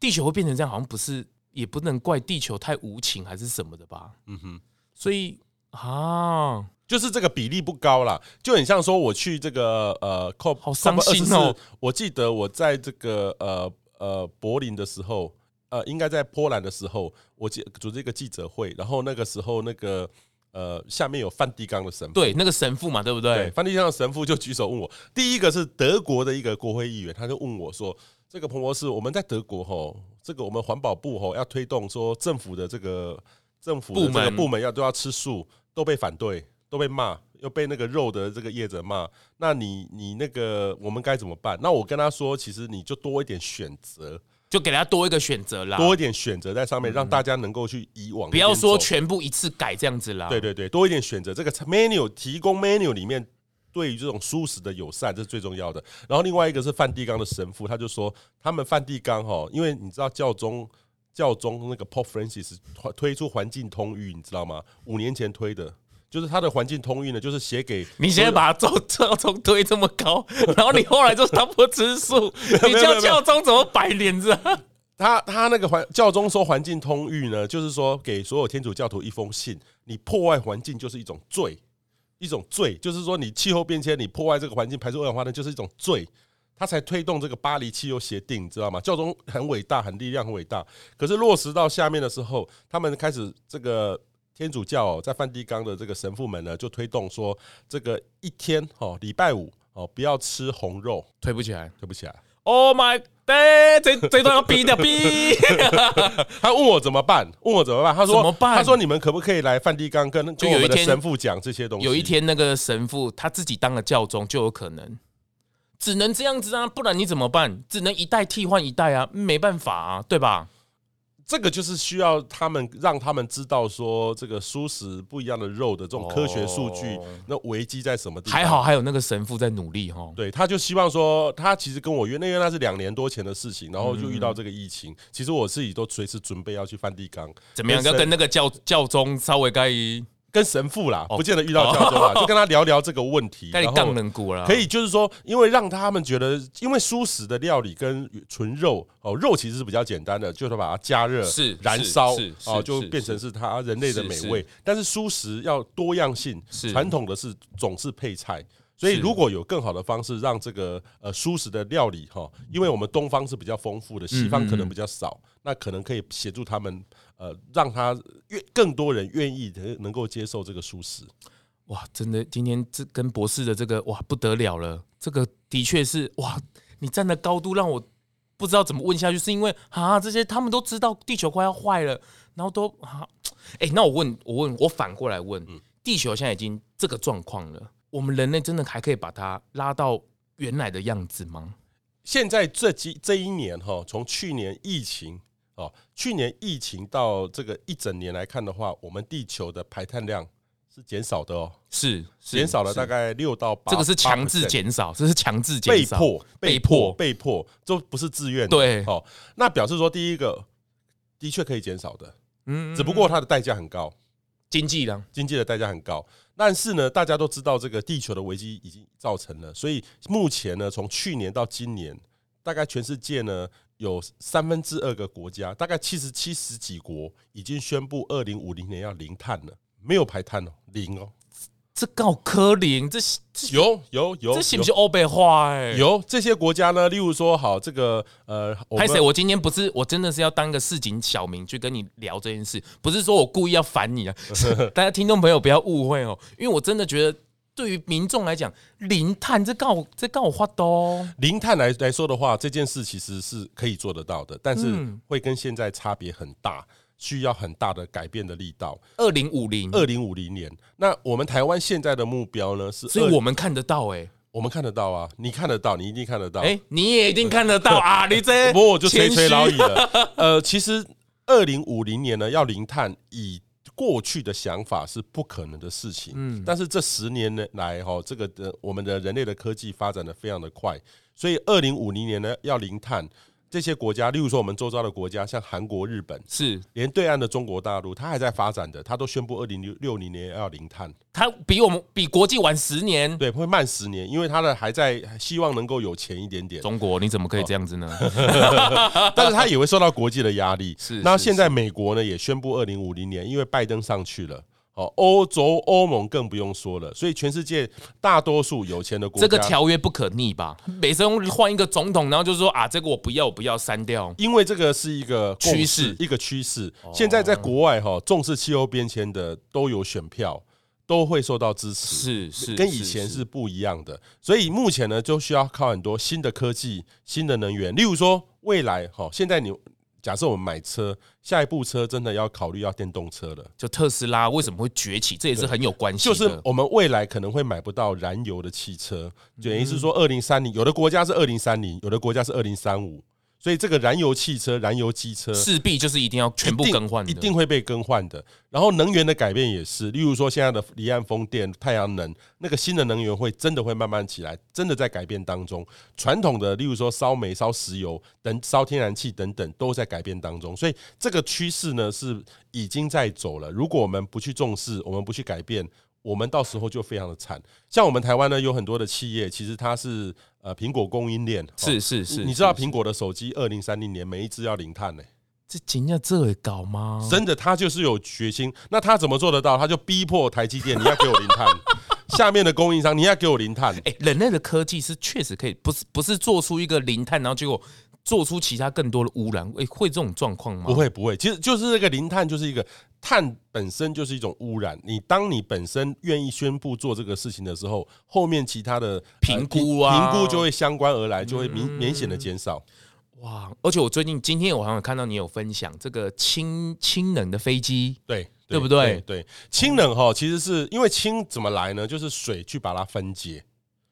Speaker 1: 地球会变成这样，好像不是，也不能怪地球太无情还是什么的吧。
Speaker 2: 嗯哼，
Speaker 1: 所以啊，
Speaker 2: 就是这个比例不高啦，就很像说我去这个呃 COP，
Speaker 1: 好伤心哦！
Speaker 2: 我记得我在这个呃呃柏林的时候，呃，应该在波兰的时候，我记组织一个记者会，然后那个时候那个呃下面有梵蒂冈的神父。
Speaker 1: 对，那个神父嘛，对不
Speaker 2: 对，
Speaker 1: 对？
Speaker 2: 梵蒂冈的神父就举手问我，第一个是德国的一个国会议员，他就问我说：“这个彭博士，我们在德国吼，这个我们环保部吼要推动说政府的这个政府的这
Speaker 1: 部
Speaker 2: 个
Speaker 1: 门
Speaker 2: 部门要都要吃素，都被反对，都被骂，又被那个肉的这个业者骂。那你你那个我们该怎么办？那我跟他说，其实你就多一点选择，
Speaker 1: 就给他多一个选择啦，
Speaker 2: 多一点选择在上面，让大家能够去以往
Speaker 1: 啊不要说
Speaker 2: 全。
Speaker 1: 全部一次改这样子啦。
Speaker 2: 对对对，多一点选择。这个 menu 提供 menu 里面对于这种舒适的友善，这是最重要的。然后另外一个是梵蒂冈的神父，他就说他们梵蒂冈哈，因为你知道教宗教宗那个 Pope Francis 推推出环境通谕，你知道吗？五年前推的。就是他的环境通谕呢，就是写给
Speaker 1: 你现在把教教宗推这么 高，然后你后来就他不吃素，你
Speaker 2: 没
Speaker 1: 叫
Speaker 2: 有没有
Speaker 1: 教宗怎么摆脸子啊？
Speaker 2: 他他那个环教宗说环境通谕呢，就是说给所有天主教徒一封信，你破坏环境就是一种罪，一种罪，就是说你气候变迁，你破坏这个环境，排出二氧化碳就是一种罪。他才推动这个巴黎气候协定，你知道吗？教宗很伟大，很力量，很伟大。可是落实到下面的时候，他们开始这个天主教、哦、在梵蒂冈的这个神父们呢，就推动说这个一天哦，礼拜五哦，不要吃红肉，
Speaker 1: 推不起来。
Speaker 2: 对不起啊。
Speaker 1: Oh my day，这这段要逼的 逼。
Speaker 2: 他问我怎么办？问我怎么办？他说
Speaker 1: 怎么办
Speaker 2: 他说你们可不可以来梵蒂冈跟
Speaker 1: 就
Speaker 2: 跟
Speaker 1: 有
Speaker 2: 我
Speaker 1: 一
Speaker 2: 们的
Speaker 1: 天
Speaker 2: 神父讲这些东西？
Speaker 1: 有一，天那个神父他自己当了教宗，就有可能，只能这样子啊，不然你怎么办？只能一代替换一代啊，没办法啊，对吧？
Speaker 2: 这个就是需要他们让他们知道说这个素食不一样的肉的这种科学数据
Speaker 1: 哦，
Speaker 2: 那危机在什么地方？
Speaker 1: 还好还有那个神父在努力哦哈。
Speaker 2: 对，他就希望说，他其实跟我约，那因为那是两年多前的事情，然后就遇到这个疫
Speaker 1: 嗯
Speaker 2: 情。其实我自己都随时准备要去梵蒂冈，
Speaker 1: 怎么样？
Speaker 2: 跟
Speaker 1: 要
Speaker 2: 神
Speaker 1: 跟那个教教宗稍微该
Speaker 2: 跟神父
Speaker 1: 哦
Speaker 2: 啦，不见得遇到 教宗啦，就跟他聊聊这个问题，
Speaker 1: 该
Speaker 2: 然后
Speaker 1: 杠人骨了。啊
Speaker 2: 可，以，就是说，因为让他们觉得，因为素食的料理跟纯肉哦，肉其实是比较简单的，就是把它加热、
Speaker 1: 是
Speaker 2: 燃烧
Speaker 1: 是是
Speaker 2: 哦，
Speaker 1: 是
Speaker 2: 就是变成是它人类的美
Speaker 1: 是
Speaker 2: 味。但是素食要多样性
Speaker 1: 是，
Speaker 2: 传统的是总是配菜。所以，
Speaker 1: 是
Speaker 2: 如果有更好的方式让这个呃素食的料理哈，因为我们东方是比较丰
Speaker 1: 嗯
Speaker 2: 富的，西方可能比较少，那可能可以协助他们呃，让他越更多人愿意能能够接受这个素食。
Speaker 1: 哇，真的，今天这跟博士的这个哇不得了了，这个的确是哇，你站的高度让我不知道怎么问下去，是因为啊，这些他们都知道地球快要坏了，然后都啊，哎、那我问，我问，我反过来问，
Speaker 2: 嗯
Speaker 1: 地球现在已经这个状况了，我们人类真的还可以把它拉到原来的样子吗？
Speaker 2: 现在这几这一年哈，从去年疫情哦，去年疫情到这个一整年来看的话，我们地球的排碳量是减少的哦，
Speaker 1: 是
Speaker 2: 减少了大
Speaker 1: 概，
Speaker 2: 概六到八，
Speaker 1: 这个是强制
Speaker 2: 8%
Speaker 1: 减少，这是强制减
Speaker 2: 被
Speaker 1: 少，
Speaker 2: 迫、
Speaker 1: 被
Speaker 2: 被
Speaker 1: 迫
Speaker 2: 迫、被迫，这不是自愿的。
Speaker 1: 对
Speaker 2: 哦，那表示说第一个的确可以减少的，
Speaker 1: 嗯
Speaker 2: 只不过它的代价很高。
Speaker 1: 经济呢？
Speaker 2: 经济的代价很高。但是呢，大家都知道这个地球的危机已经造成了，所以目前呢，从去年到今年，大概全世界呢有三分之二个国家，大概七十七十几国已经宣布二零五零年要零碳了，没有排碳哦，零哦，
Speaker 1: 这告科林，这是这
Speaker 2: 有有有
Speaker 1: 这是不
Speaker 2: 有
Speaker 1: 是欧北话、欸？
Speaker 2: 有这些国家呢，例如说好这个呃，我
Speaker 1: 拍
Speaker 2: 们
Speaker 1: 谁？我今天不是，我真的是要当个市井小民去跟你聊这件事，不是说我故意要烦 你啊。大家听众朋友不要误会哦，因为我真的觉得对于民众来讲，零碳这告这告我发的哦。
Speaker 2: 零碳来来说的话，这件事其实是可以做得到的，但是
Speaker 1: 嗯
Speaker 2: 会跟现在差别很大，需要很大的改变的力道。
Speaker 1: 二零五零，
Speaker 2: 二零五零年。那我们台湾现在的目标呢是20，
Speaker 1: 所以我们看得到哎、
Speaker 2: 我们看得到啊，你看得到，你一定看得到。
Speaker 1: 哎、你也一定看得到啊！你这
Speaker 2: 不过我就垂垂老矣
Speaker 1: 谦虚
Speaker 2: 了。呃，其实二零五零年呢要零碳，以过去的想法是不可能的事情。嗯，但是这十年呢来哈，这个呃的我们的人类的科技发展的非常的快，所以二零五零年呢要零碳。这些国家，例如说我们周遭的国家，像韩国、日本，
Speaker 1: 是
Speaker 2: 连对岸的中国大陆，它还在发展的，它都宣布二零六六零年要零碳，
Speaker 1: 它比我们比国际晚十年。
Speaker 2: 对，会慢十年，因为它的还在希望能够有钱一点点，
Speaker 1: 中国你怎么
Speaker 2: 哦
Speaker 1: 可以这样 子呢？
Speaker 2: 但是它也会受到国际的压力。
Speaker 1: 哦是
Speaker 2: 那
Speaker 1: 是
Speaker 2: 现在美国呢也宣布二零五零年，因为拜登上去了。哦，欧洲、欧盟更不用说了，所以全世界大多数有钱的国家，
Speaker 1: 这个条约不可逆吧？每次换一个总统，然后就说啊，这个我不要，我不要删掉。
Speaker 2: 因为这个是一个共识
Speaker 1: 趋势
Speaker 2: 一个趋势。现在在国外哈，重视气候变迁的都有选票，都会受到支
Speaker 1: 是
Speaker 2: 持。
Speaker 1: 是，
Speaker 2: 跟以前是不一样的。所以目前呢，就需要靠很多新的科技、新的能源，例如说未来哈，现在你假设我们买车，下一部车真的要考虑要电动车了，
Speaker 1: 就特斯拉为什么会崛起，这也是很有关系
Speaker 2: 就
Speaker 1: 的。嗯
Speaker 2: 是我们未来可能会买不到燃油的汽车，等于是说二零三零，有的国家是二零三零，有的国家是二零三五。所以这个燃油汽车、燃油机车
Speaker 1: 势必就是一定要全部
Speaker 2: 呃一定
Speaker 1: 更换的，
Speaker 2: 一定会被更换的。然后能源的改变也是，例如说现在的离岸风电、太阳能，那个新的能源会真的会慢慢起来，真的在改变当中。传统的，例如说烧煤、烧石油等、烧天然气等等，都在改变当中。所以这个趋势呢是已经在走了。如果我们不去重视，我们不去改变。我们到时候就非常的惨，像我们台湾呢，有很多的企业，其实它是呃苹果供应链，哦
Speaker 1: 是是是。
Speaker 2: 你知道
Speaker 1: 是
Speaker 2: 苹果的手机二零三零年每一只要零碳呢、
Speaker 1: 这今天这也搞吗？
Speaker 2: 真的，他就是有决心。那他怎么做得到？他就逼迫台积电，你要给我零 碳，下面的供应商你要给我零碳。
Speaker 1: 哎、人类的科技是确实可以，不是不是做出一个零碳，然后结果做出其他更多的污染，哎、会这种状况吗？
Speaker 2: 不，会不会，其实就是这个零碳，就是一个碳本身就是一种污染。你当你本身愿意宣布做这个事情的时候，后面其他的呃
Speaker 1: 评估啊嗯
Speaker 2: 评估就会相关而来，就会明明显的减少。
Speaker 1: 哇！而且我最近今天我好像有看到你有分享这个氢氢能的飞机，
Speaker 2: 对
Speaker 1: 对不对
Speaker 2: 对，氢能哈，其实是因为氢怎么来呢？就是水去把它分解，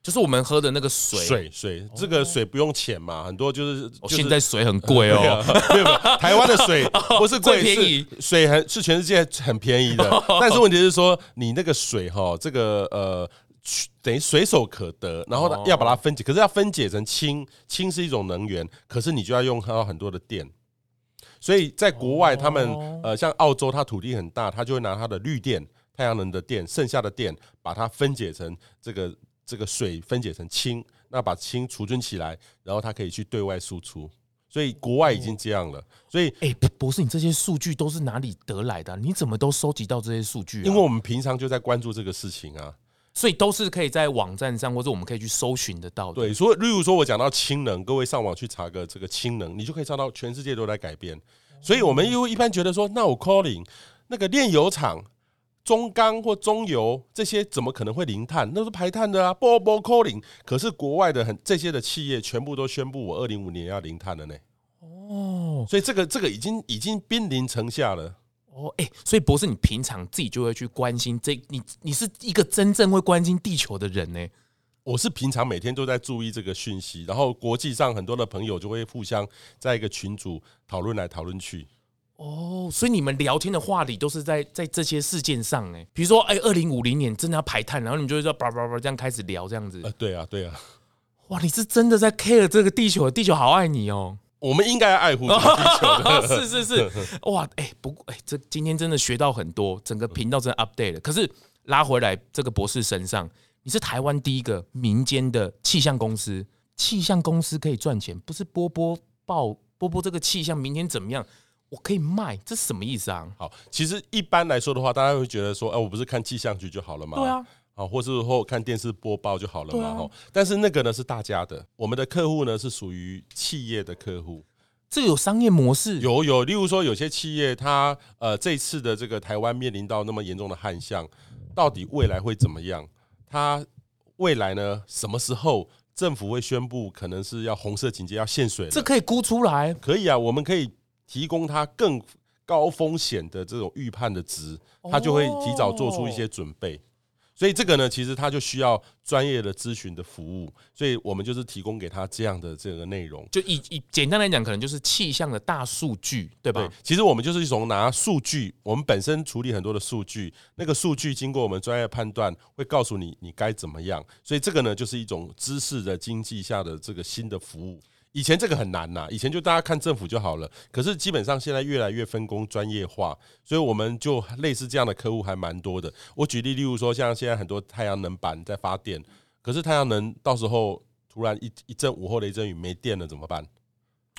Speaker 1: 就是我们喝的那个水。
Speaker 2: 水水这个水不用钱嘛，很多就是
Speaker 1: 哦、
Speaker 2: 就是
Speaker 1: 现在水很贵
Speaker 2: 对
Speaker 1: 哦
Speaker 2: 啊，没有没有，台湾的水不是
Speaker 1: 最
Speaker 2: 贵，
Speaker 1: 便宜
Speaker 2: 是水很是全世界很便 宜的。但是问题是说，你那个水哈，这个呃。去等于随手可得，然后呢
Speaker 1: 哦
Speaker 2: 要把它分解，可是要分解成氢，氢是一种能源，可是你就要用到很多的电，所以在国外他们
Speaker 1: 哦
Speaker 2: 呃像澳洲，它土地很大，它就会拿它的绿电、太阳能的电，剩下的电把它分解成这个这个水分解成氢，那把氢储存起来，然后它可以去对外输出。所以国外已经这样了，所以
Speaker 1: 哎、博博士，你这些数据都是哪里得来的啊、你怎么都收集到这些数据、啊？
Speaker 2: 因为我们平常就在关注这个事情啊，
Speaker 1: 所以都是可以在网站上，或者我们可以去搜寻得到的。
Speaker 2: 对，所以例如说我讲到氢能，各位上网去查个这个氢能，你就可以查到全世界都在改变。所以我们又一般觉得说，那我 calling 那个炼油厂。中钢或中油这些怎么可能会零碳？那都是排碳的啊，波波 calling。可是国外的很这些的企业全部都宣布我二零五年要零碳了呢。哦，所以这个这个已经已经濒临城下了。
Speaker 1: 哦，哎、所以博士，你平常自己就会去关心这，你你是一个真正会关心地球的人呢、
Speaker 2: 我是平常每天都在注意这个讯息，然后国际上很多的朋友就会互相在一个群组讨论来讨论去。
Speaker 1: 哦，所以你们聊天的话题都是在在这些事件上哎、比如说哎，二零五零年真的要排碳，然后你们就会说叭叭叭这样开始聊这样子。
Speaker 2: 呃，对啊，对啊，
Speaker 1: 哇，你是真的在 care 这个地球，地球好爱你哦。
Speaker 2: 我们应该爱护这个地球的。
Speaker 1: 是 是是，哇，哎、不过哎、这今天真的学到很多，整个频道真的 update 了。可是拉回来这个博士身上，你是台湾第一个民间的气象公司，气象公司可以赚钱，不是波波报波波这个气象明天怎么样，我可以卖，这什么意思啊？
Speaker 2: 好，其实一般来说的话，大家会觉得说，哎、我不是看气象局就好了吗？
Speaker 1: 对啊，
Speaker 2: 啊，或是或看电视播报就好了
Speaker 1: 对
Speaker 2: 嘛，
Speaker 1: 啊
Speaker 2: 哈、但是那个呢是大家的，我们的客户呢是属于企业的客户，
Speaker 1: 这有商业模式，
Speaker 2: 有有，例如说有些企业它呃这次的这个台湾面临到那么严重的旱象，到底未来会怎么样？它未来呢什么时候政府会宣布可能是要红色警戒要限水了？
Speaker 1: 这可以估出来。
Speaker 2: 可以啊，我们可以提供它更高风险的这种预判的值，它就会提早做出一些准备。所以这个呢，其实它就需要专业的咨询的服务，所以我们就是提供给他这样的这个内容。
Speaker 1: 就以以简单来讲，可能就是气象的大数据，对吧？
Speaker 2: 对，其实我们就是从拿数据，我们本身处理很多的数据，那个数据经过我们专业判断，会告诉你你该怎么样。所以这个呢，就是一种知识的经济下的这个新的服务，以前这个很难呐、以前就大家看政府就好了。可是基本上现在越来越分工专业化，所以我们就类似这样的客户还蛮多的。我举例，例如说像现在很多太阳能板在发电，可是太阳能到时候突然一一阵午后雷阵雨没电了怎么办？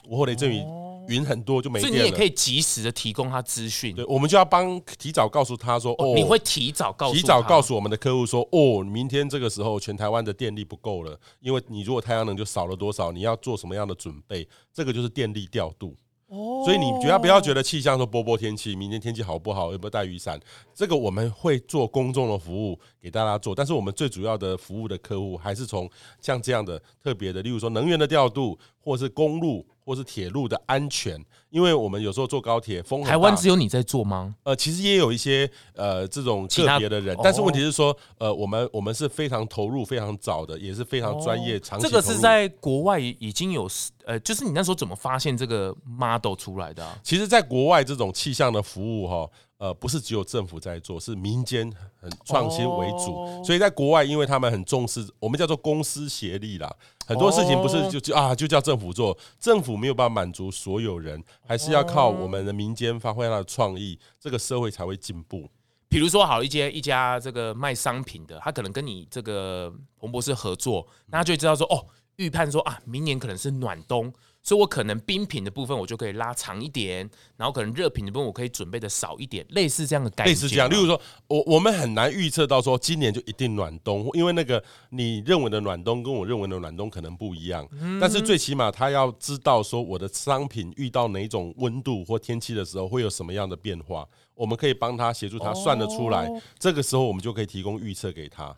Speaker 2: 午后雷阵雨云很多就没
Speaker 1: 哦所
Speaker 2: 电
Speaker 1: 以
Speaker 2: 了，
Speaker 1: 你也可以及时的提供他资讯
Speaker 2: 对，，我们就要帮提早告诉他说，哦，
Speaker 1: 你会提早告诉
Speaker 2: 提早
Speaker 1: 他
Speaker 2: 告诉我们的客户说，哦，明天这个时候全台湾的电力不够了，因为你如果太阳能就少了多少，你要做什么样的准备？这个就是电力调度。哦，所以你不要不要觉得气象说波波天气，明天天气好不好，有没有带雨伞？这个我们会做公众的服务给大家做，但是我们最主要的服务的客户还是从像这样的特别的，例如说能源的调度，或是公路，或是铁路的安全，因为我们有时候坐高铁风很大
Speaker 1: 台湾只有你在做吗？
Speaker 2: 呃，其实也有一些呃这种
Speaker 1: 其他
Speaker 2: 个别的人
Speaker 1: 哦，
Speaker 2: 但是问题是说，呃，我们我们是非常投入、非常早的，也是非常专业、长期
Speaker 1: 哦这个
Speaker 2: 投
Speaker 1: 是
Speaker 2: 入。
Speaker 1: 在国外已经有，呃，就是你那时候怎么发现这个 model 出来的、啊？
Speaker 2: 其实，在国外这种气象的服务哈，呃，不是只有政府在做，是民间很创新为主。
Speaker 1: 哦
Speaker 2: 所以在国外，因为他们很重视，我们叫做公私协力啦。很多事情不是
Speaker 1: 哦
Speaker 2: 就就啊就叫政府做，政府没有办法满足所有人，还是要
Speaker 1: 哦
Speaker 2: 靠我们的民间发挥它的创意，这个社会才会进步。
Speaker 1: 比如说，好一家一家这个卖商品的，他可能跟你这个彭博士合作，那他就会知道说，哦，预判说啊，明年可能是暖冬，所以我可能冰品的部分我就可以拉长一点，然后可能热品的部分我可以准备的少一点，类似这样的概念。
Speaker 2: 类似这样，例如说，我我们很难预测到说今年就一定暖冬，因为那个你认为的暖冬跟我认为的暖冬可能不一样。
Speaker 1: 嗯
Speaker 2: 但是最起码他要知道说我的商品遇到哪种温度或天气的时候会有什么样的变化，我们可以帮他协助他算得出来。
Speaker 1: 哦
Speaker 2: 这个时候我们就可以提供预测给他。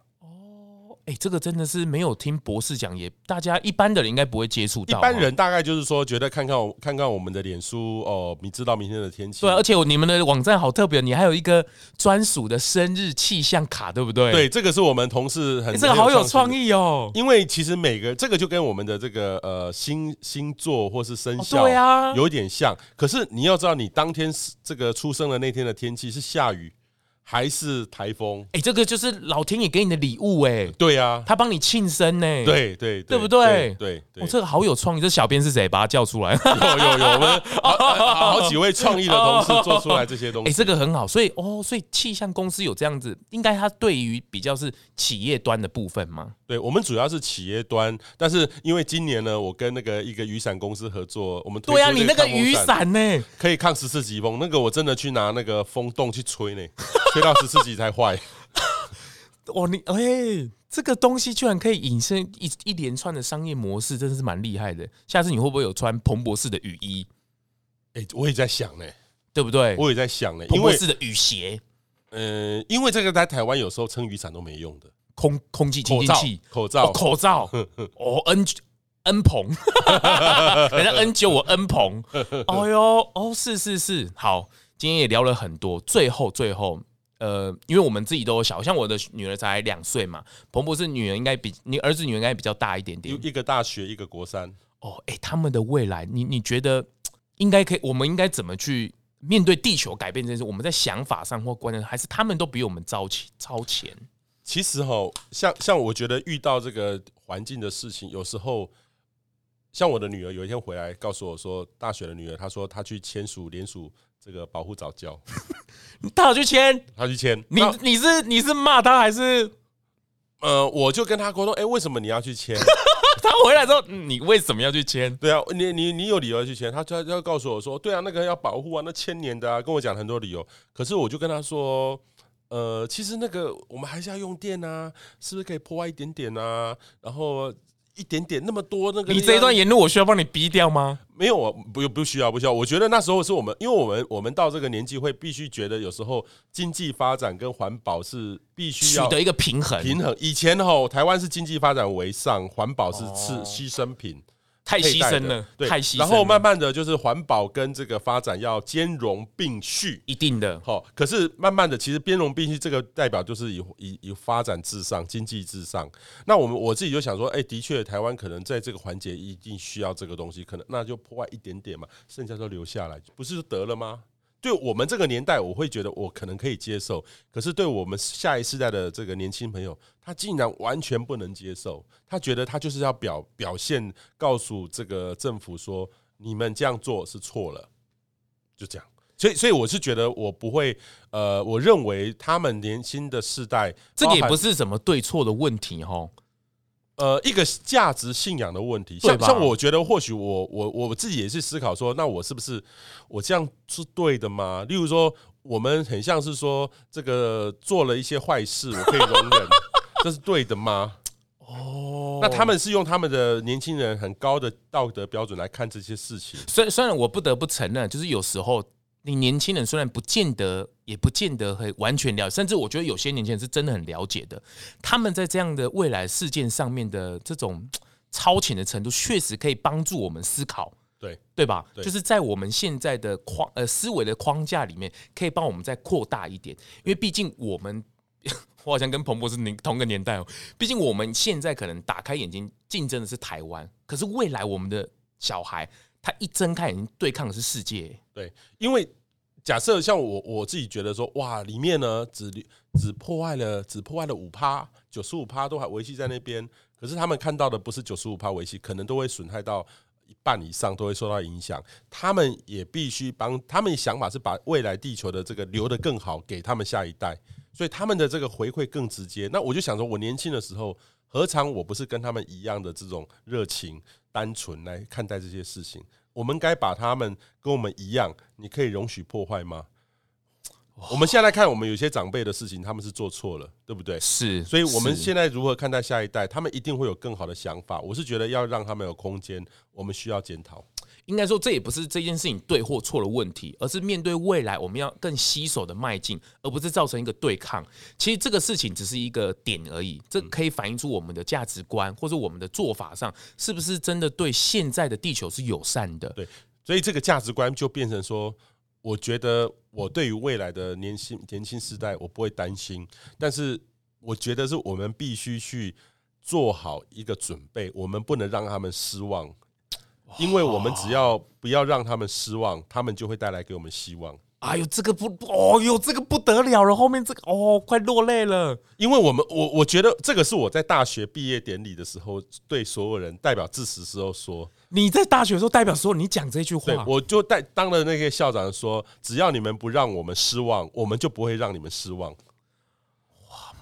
Speaker 1: 哎、这个真的是没有听博士讲，也大家一般的人应该不会接触
Speaker 2: 一
Speaker 1: 到啊。
Speaker 2: 般人大概就是说，觉得看看我看看我们的脸书哦，你知道明天的天气
Speaker 1: 对，。啊而且我你们的网站好特别，你还有一个专属的生日气象卡，对不对？
Speaker 2: 对，这个是我们同事很
Speaker 1: 欸这个好有
Speaker 2: 意
Speaker 1: 创。意哦。
Speaker 2: 因为其实每个这个就跟我们的这个呃星星座或是生肖、
Speaker 1: 哦对啊
Speaker 2: 有一点像。可是你要知道，你当天是这个出生的那天的天气是下雨还是台风？
Speaker 1: 哎、这个就是老天爷给你的礼物哎、
Speaker 2: 对啊，
Speaker 1: 他帮你庆生呢、欸。
Speaker 2: 对对
Speaker 1: 对不对
Speaker 2: 对对
Speaker 1: 哦，这个好有创意。这小编是谁？把他叫出来。哎、
Speaker 2: 有有有，我们好好好几位创意的同
Speaker 1: 哦
Speaker 2: 事做出来这些东西。
Speaker 1: 哎这个很好。所以哦，所以气象公司有这样子，应该它对于比较是企业端的部分吗？
Speaker 2: 对我们主要是企业端，但是因为今年呢，我跟那个一个雨伞公司合作，我们推
Speaker 1: 对呀、啊
Speaker 2: 出
Speaker 1: 你那个
Speaker 2: 抗风
Speaker 1: 雨伞呢、
Speaker 2: 可以抗十四级风，那个我真的去拿那个风洞去吹呢，吹到十四级才坏。
Speaker 1: 哇，你哎、这个东西居然可以引申一一连串的商业模式，真的是蛮厉害的。下次你会不会有穿彭博士的雨衣，
Speaker 2: 哎、我也在想呢、
Speaker 1: 对不对？
Speaker 2: 我也在想呢、
Speaker 1: 彭
Speaker 2: 因
Speaker 1: 博
Speaker 2: 为
Speaker 1: 士的雨鞋，
Speaker 2: 呃，因为这个在台湾有时候撑雨伞都没用的，
Speaker 1: 空空气清
Speaker 2: 口
Speaker 1: 新
Speaker 2: 罩
Speaker 1: 器、，
Speaker 2: 口
Speaker 1: 哦
Speaker 2: 罩，
Speaker 1: 口罩， 哦 N N 鹏， 人家 N 九我 N 鹏，哎呦哦是是是，好，今天也聊了很多，最后最后。呃，因为我们自己都有小，像我的女儿才两岁嘛，彭博士女儿应该比你儿子女儿应该比较大一点点
Speaker 2: 一一个大学，一个国三。
Speaker 1: 哦。哎、他们的未来，你你觉得应该可以？我们应该怎么去面对地球改变这件事？我们在想法上或观念，还是他们都比我们超前超前？
Speaker 2: 其实哈，像像我觉得遇到这个环境的事情，有时候像我的女儿有一天回来告诉我说，大学的女儿，她说她去签署联署这个保护早教，
Speaker 1: 你大早就签，
Speaker 2: 她去签。
Speaker 1: 你
Speaker 2: 那
Speaker 1: 你是你是骂他还是
Speaker 2: 呃，我就跟她沟通，哎、为什么你要去签？
Speaker 1: 他回来之后，嗯你为什么要去签？
Speaker 2: 对啊，你你你有理由要去签，他就他就告诉我说，对啊，那个要保护啊，那千年的啊，跟我讲很多理由。可是我就跟他说，呃，其实那个我们还是要用电啊，是不是可以破坏一点点啊？然后一点点那么多那个力
Speaker 1: 你
Speaker 2: 量，
Speaker 1: 这一段言论我需要帮你逼掉吗？
Speaker 2: 没有啊，不不需要不需要。我觉得那时候是我们，因为我们我们到这个年纪会必须觉得有时候经济发展跟环保是必须
Speaker 1: 取
Speaker 2: 要
Speaker 1: 得一个平衡，
Speaker 2: 平衡。以前吼，台湾是经济发展为上，环保是是
Speaker 1: 哦
Speaker 2: 牺牲品。
Speaker 1: 太牺
Speaker 2: 佩戴
Speaker 1: 牲
Speaker 2: 的
Speaker 1: 了，
Speaker 2: 对，
Speaker 1: 太牺牲了。
Speaker 2: 然后慢慢的就是环保跟这个发展要兼容并蓄。
Speaker 1: 一定的，
Speaker 2: 好、可是慢慢的，其实兼容并蓄这个代表就是以以以发展至上、经济至上。那我们我自己就想说，哎、的确，台湾可能在这个环节一定需要这个东西，可能那就破坏一点点嘛，剩下都留下来，不是就得了吗？对我们这个年代，我会觉得我可能可以接受，可是对我们下一世代的这个年轻朋友，他竟然完全不能接受，他觉得他就是要表表现，告诉这个政府说你们这样做是错了，就这样。所以，所以我是觉得我不会，呃，我认为他们年轻的世代，
Speaker 1: 这个也
Speaker 2: 包含
Speaker 1: 不是什么对错的问题哦哈。
Speaker 2: 呃，一个价值信仰的问题，
Speaker 1: 对
Speaker 2: 像
Speaker 1: 吧
Speaker 2: 像我觉得，或许我我我自己也是思考说，那我是不是我这样是对的吗？例如说，我们很像是说这个做了一些坏事，我可以容忍， 这是对的吗？
Speaker 1: 哦
Speaker 2: 那他们是用他们的年轻人很高的道德标准来看这些事情，
Speaker 1: 虽虽然我不得不承认，就是有时候你年轻人虽然不见得，也不见得很完全了解，甚至我觉得有些年轻人是真的很了解的。他们在这样的未来事件上面的这种嘖超前的程度，确实可以帮助我们思考，
Speaker 2: 对
Speaker 1: 对吧？
Speaker 2: 对
Speaker 1: 就是在我们现在的框呃思维的框架里面，可以帮我们再扩大一点，因为毕竟我们。 我好像跟彭博士您同个年代哦，毕竟我们现在可能打开眼睛竞争的是台湾，可是未来我们的小孩他一睁开眼睛对抗的是世界，
Speaker 2: 对，因为假设像我我自己觉得说，哇，里面呢只只破坏了只破坏了五趴，九十五趴都还维系在那边，可是他们看到的不是九十五趴维系，可能都会损害到。一半以上都会受到影响，他们也必须帮他们想法是把未来地球的这个留得更好给他们下一代，所以他们的这个回馈更直接。那我就想说，我年轻的时候何尝我不是跟他们一样的这种热情、单纯来看待这些事情？我们该把他们跟我们一样，你可以容许破坏吗？我们现在来看，我们有些长辈的事情，他们是做错了，对不对？
Speaker 1: 是，
Speaker 2: 所以，我们
Speaker 1: 是
Speaker 2: 现在如何看待下一代，他们一定会有更好的想法。我是觉得要让他们有空间，我们需要检讨。
Speaker 1: 应该说这也不是这件事情对或错的问题，而是面对未来我们要更携手的迈进，而不是造成一个对抗。其实这个事情只是一个点而已，这
Speaker 2: 嗯
Speaker 1: 可以反映出我们的价值观或者我们的做法上是不是真的对现在的地球是友善的。
Speaker 2: 对所以这个价值观就变成说，我觉得我对于未来的年轻年轻世代，我不会担心，但是我觉得是我们必须去做好一个准备，我们不能让他们失望，因为我们只要不要让他们失望，他们就会带来给我们希望。
Speaker 1: 哎呦，这个不，哦呦，这个不得了了，后面这个哦，快落泪了。
Speaker 2: 因为我们我我觉得这个是我在大学毕业典礼的时候对所有人代表致辞时候说，
Speaker 1: 你在大学的时候代表说你讲这句话
Speaker 2: 对，，我就代当了那个校长说，只要你们不让我们失望，我们就不会让你们失望。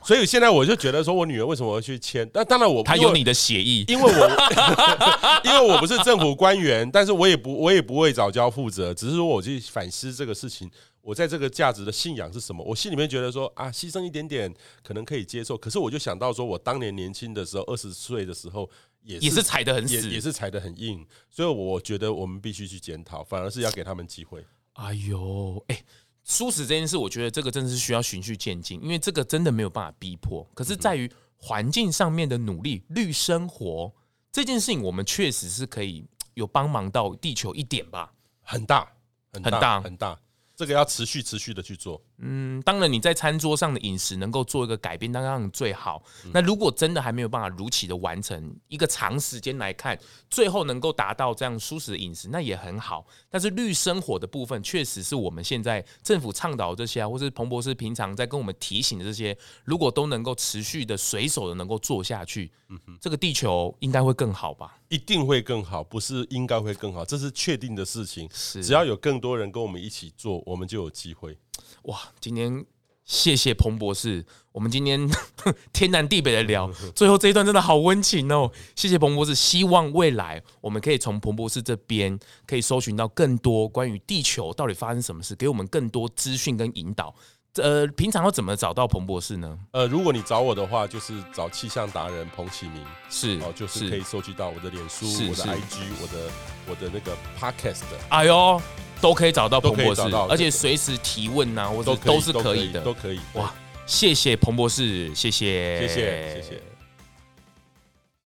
Speaker 2: 所以现在我就觉得说，我女儿为什么会去签？但当然我
Speaker 1: 他
Speaker 2: 因为
Speaker 1: 有你的协议，
Speaker 2: 因为我 因为我不是政府官员，但是我也不我也不为早教负责，只是说我去反思这个事情，我在这个价值的信仰是什么？我心里面觉得说啊，牺牲一点点可能可以接受，可是我就想到说我当年年轻的时候，二十岁的时候也
Speaker 1: 也
Speaker 2: 是
Speaker 1: 是踩得很
Speaker 2: 也
Speaker 1: 死，
Speaker 2: 也是踩得很硬，所以我觉得我们必须去检讨，反而是要给他们机会。
Speaker 1: 哎呦，哎、舒适这件事，我觉得这个真的是需要循序渐进，因为这个真的没有办法逼迫。可是，在于环境上面的努力，绿生活这件事情，我们确实是可以有帮忙到地球一点吧。
Speaker 2: 很大，很
Speaker 1: 很大
Speaker 2: 很大。这个要持续持续的去做，
Speaker 1: 嗯，当然你在餐桌上的饮食能够做一个改变，当然最好。那如果真的还没有办法如期的完成，一个长时间来看，最后能够达到这样舒适的饮食，那也很好。但是绿生活的部分，确实是我们现在政府倡导的这些啊，或是彭博士平常在跟我们提醒的这些，如果都能够持续的、随手的能够做下去，这个地球应该会更好吧？
Speaker 2: 一定会更好，不是应该会更好，这是确定的事情。
Speaker 1: 是
Speaker 2: 只要有更多人跟我们一起做，我们就有机会。
Speaker 1: 哇，今天谢谢彭博士，我们今天 天南地北的 聊，最后这一段真的好温情哦，谢谢彭博士。希望未来我们可以从彭博士这边可以搜寻到更多关于地球到底发生什么事，给我们更多资讯跟引导。呃，平常要怎么找到彭博士呢？
Speaker 2: 呃，如果你找我的话，就是找气象达人彭启明，
Speaker 1: 是
Speaker 2: 哦，就是可以收集到我的脸书、
Speaker 1: 是
Speaker 2: 我的
Speaker 1: 是
Speaker 2: IG、我的我的那个 Podcast，
Speaker 1: 哎呦，都可以找到彭博
Speaker 2: 都可
Speaker 1: 士
Speaker 2: 以找，到
Speaker 1: 而且随时提问呐、啊，或者
Speaker 2: 都
Speaker 1: 都
Speaker 2: 都
Speaker 1: 是
Speaker 2: 可
Speaker 1: 以的。
Speaker 2: 都可以。
Speaker 1: 哇，谢谢彭博士，谢谢，
Speaker 2: 谢谢谢谢。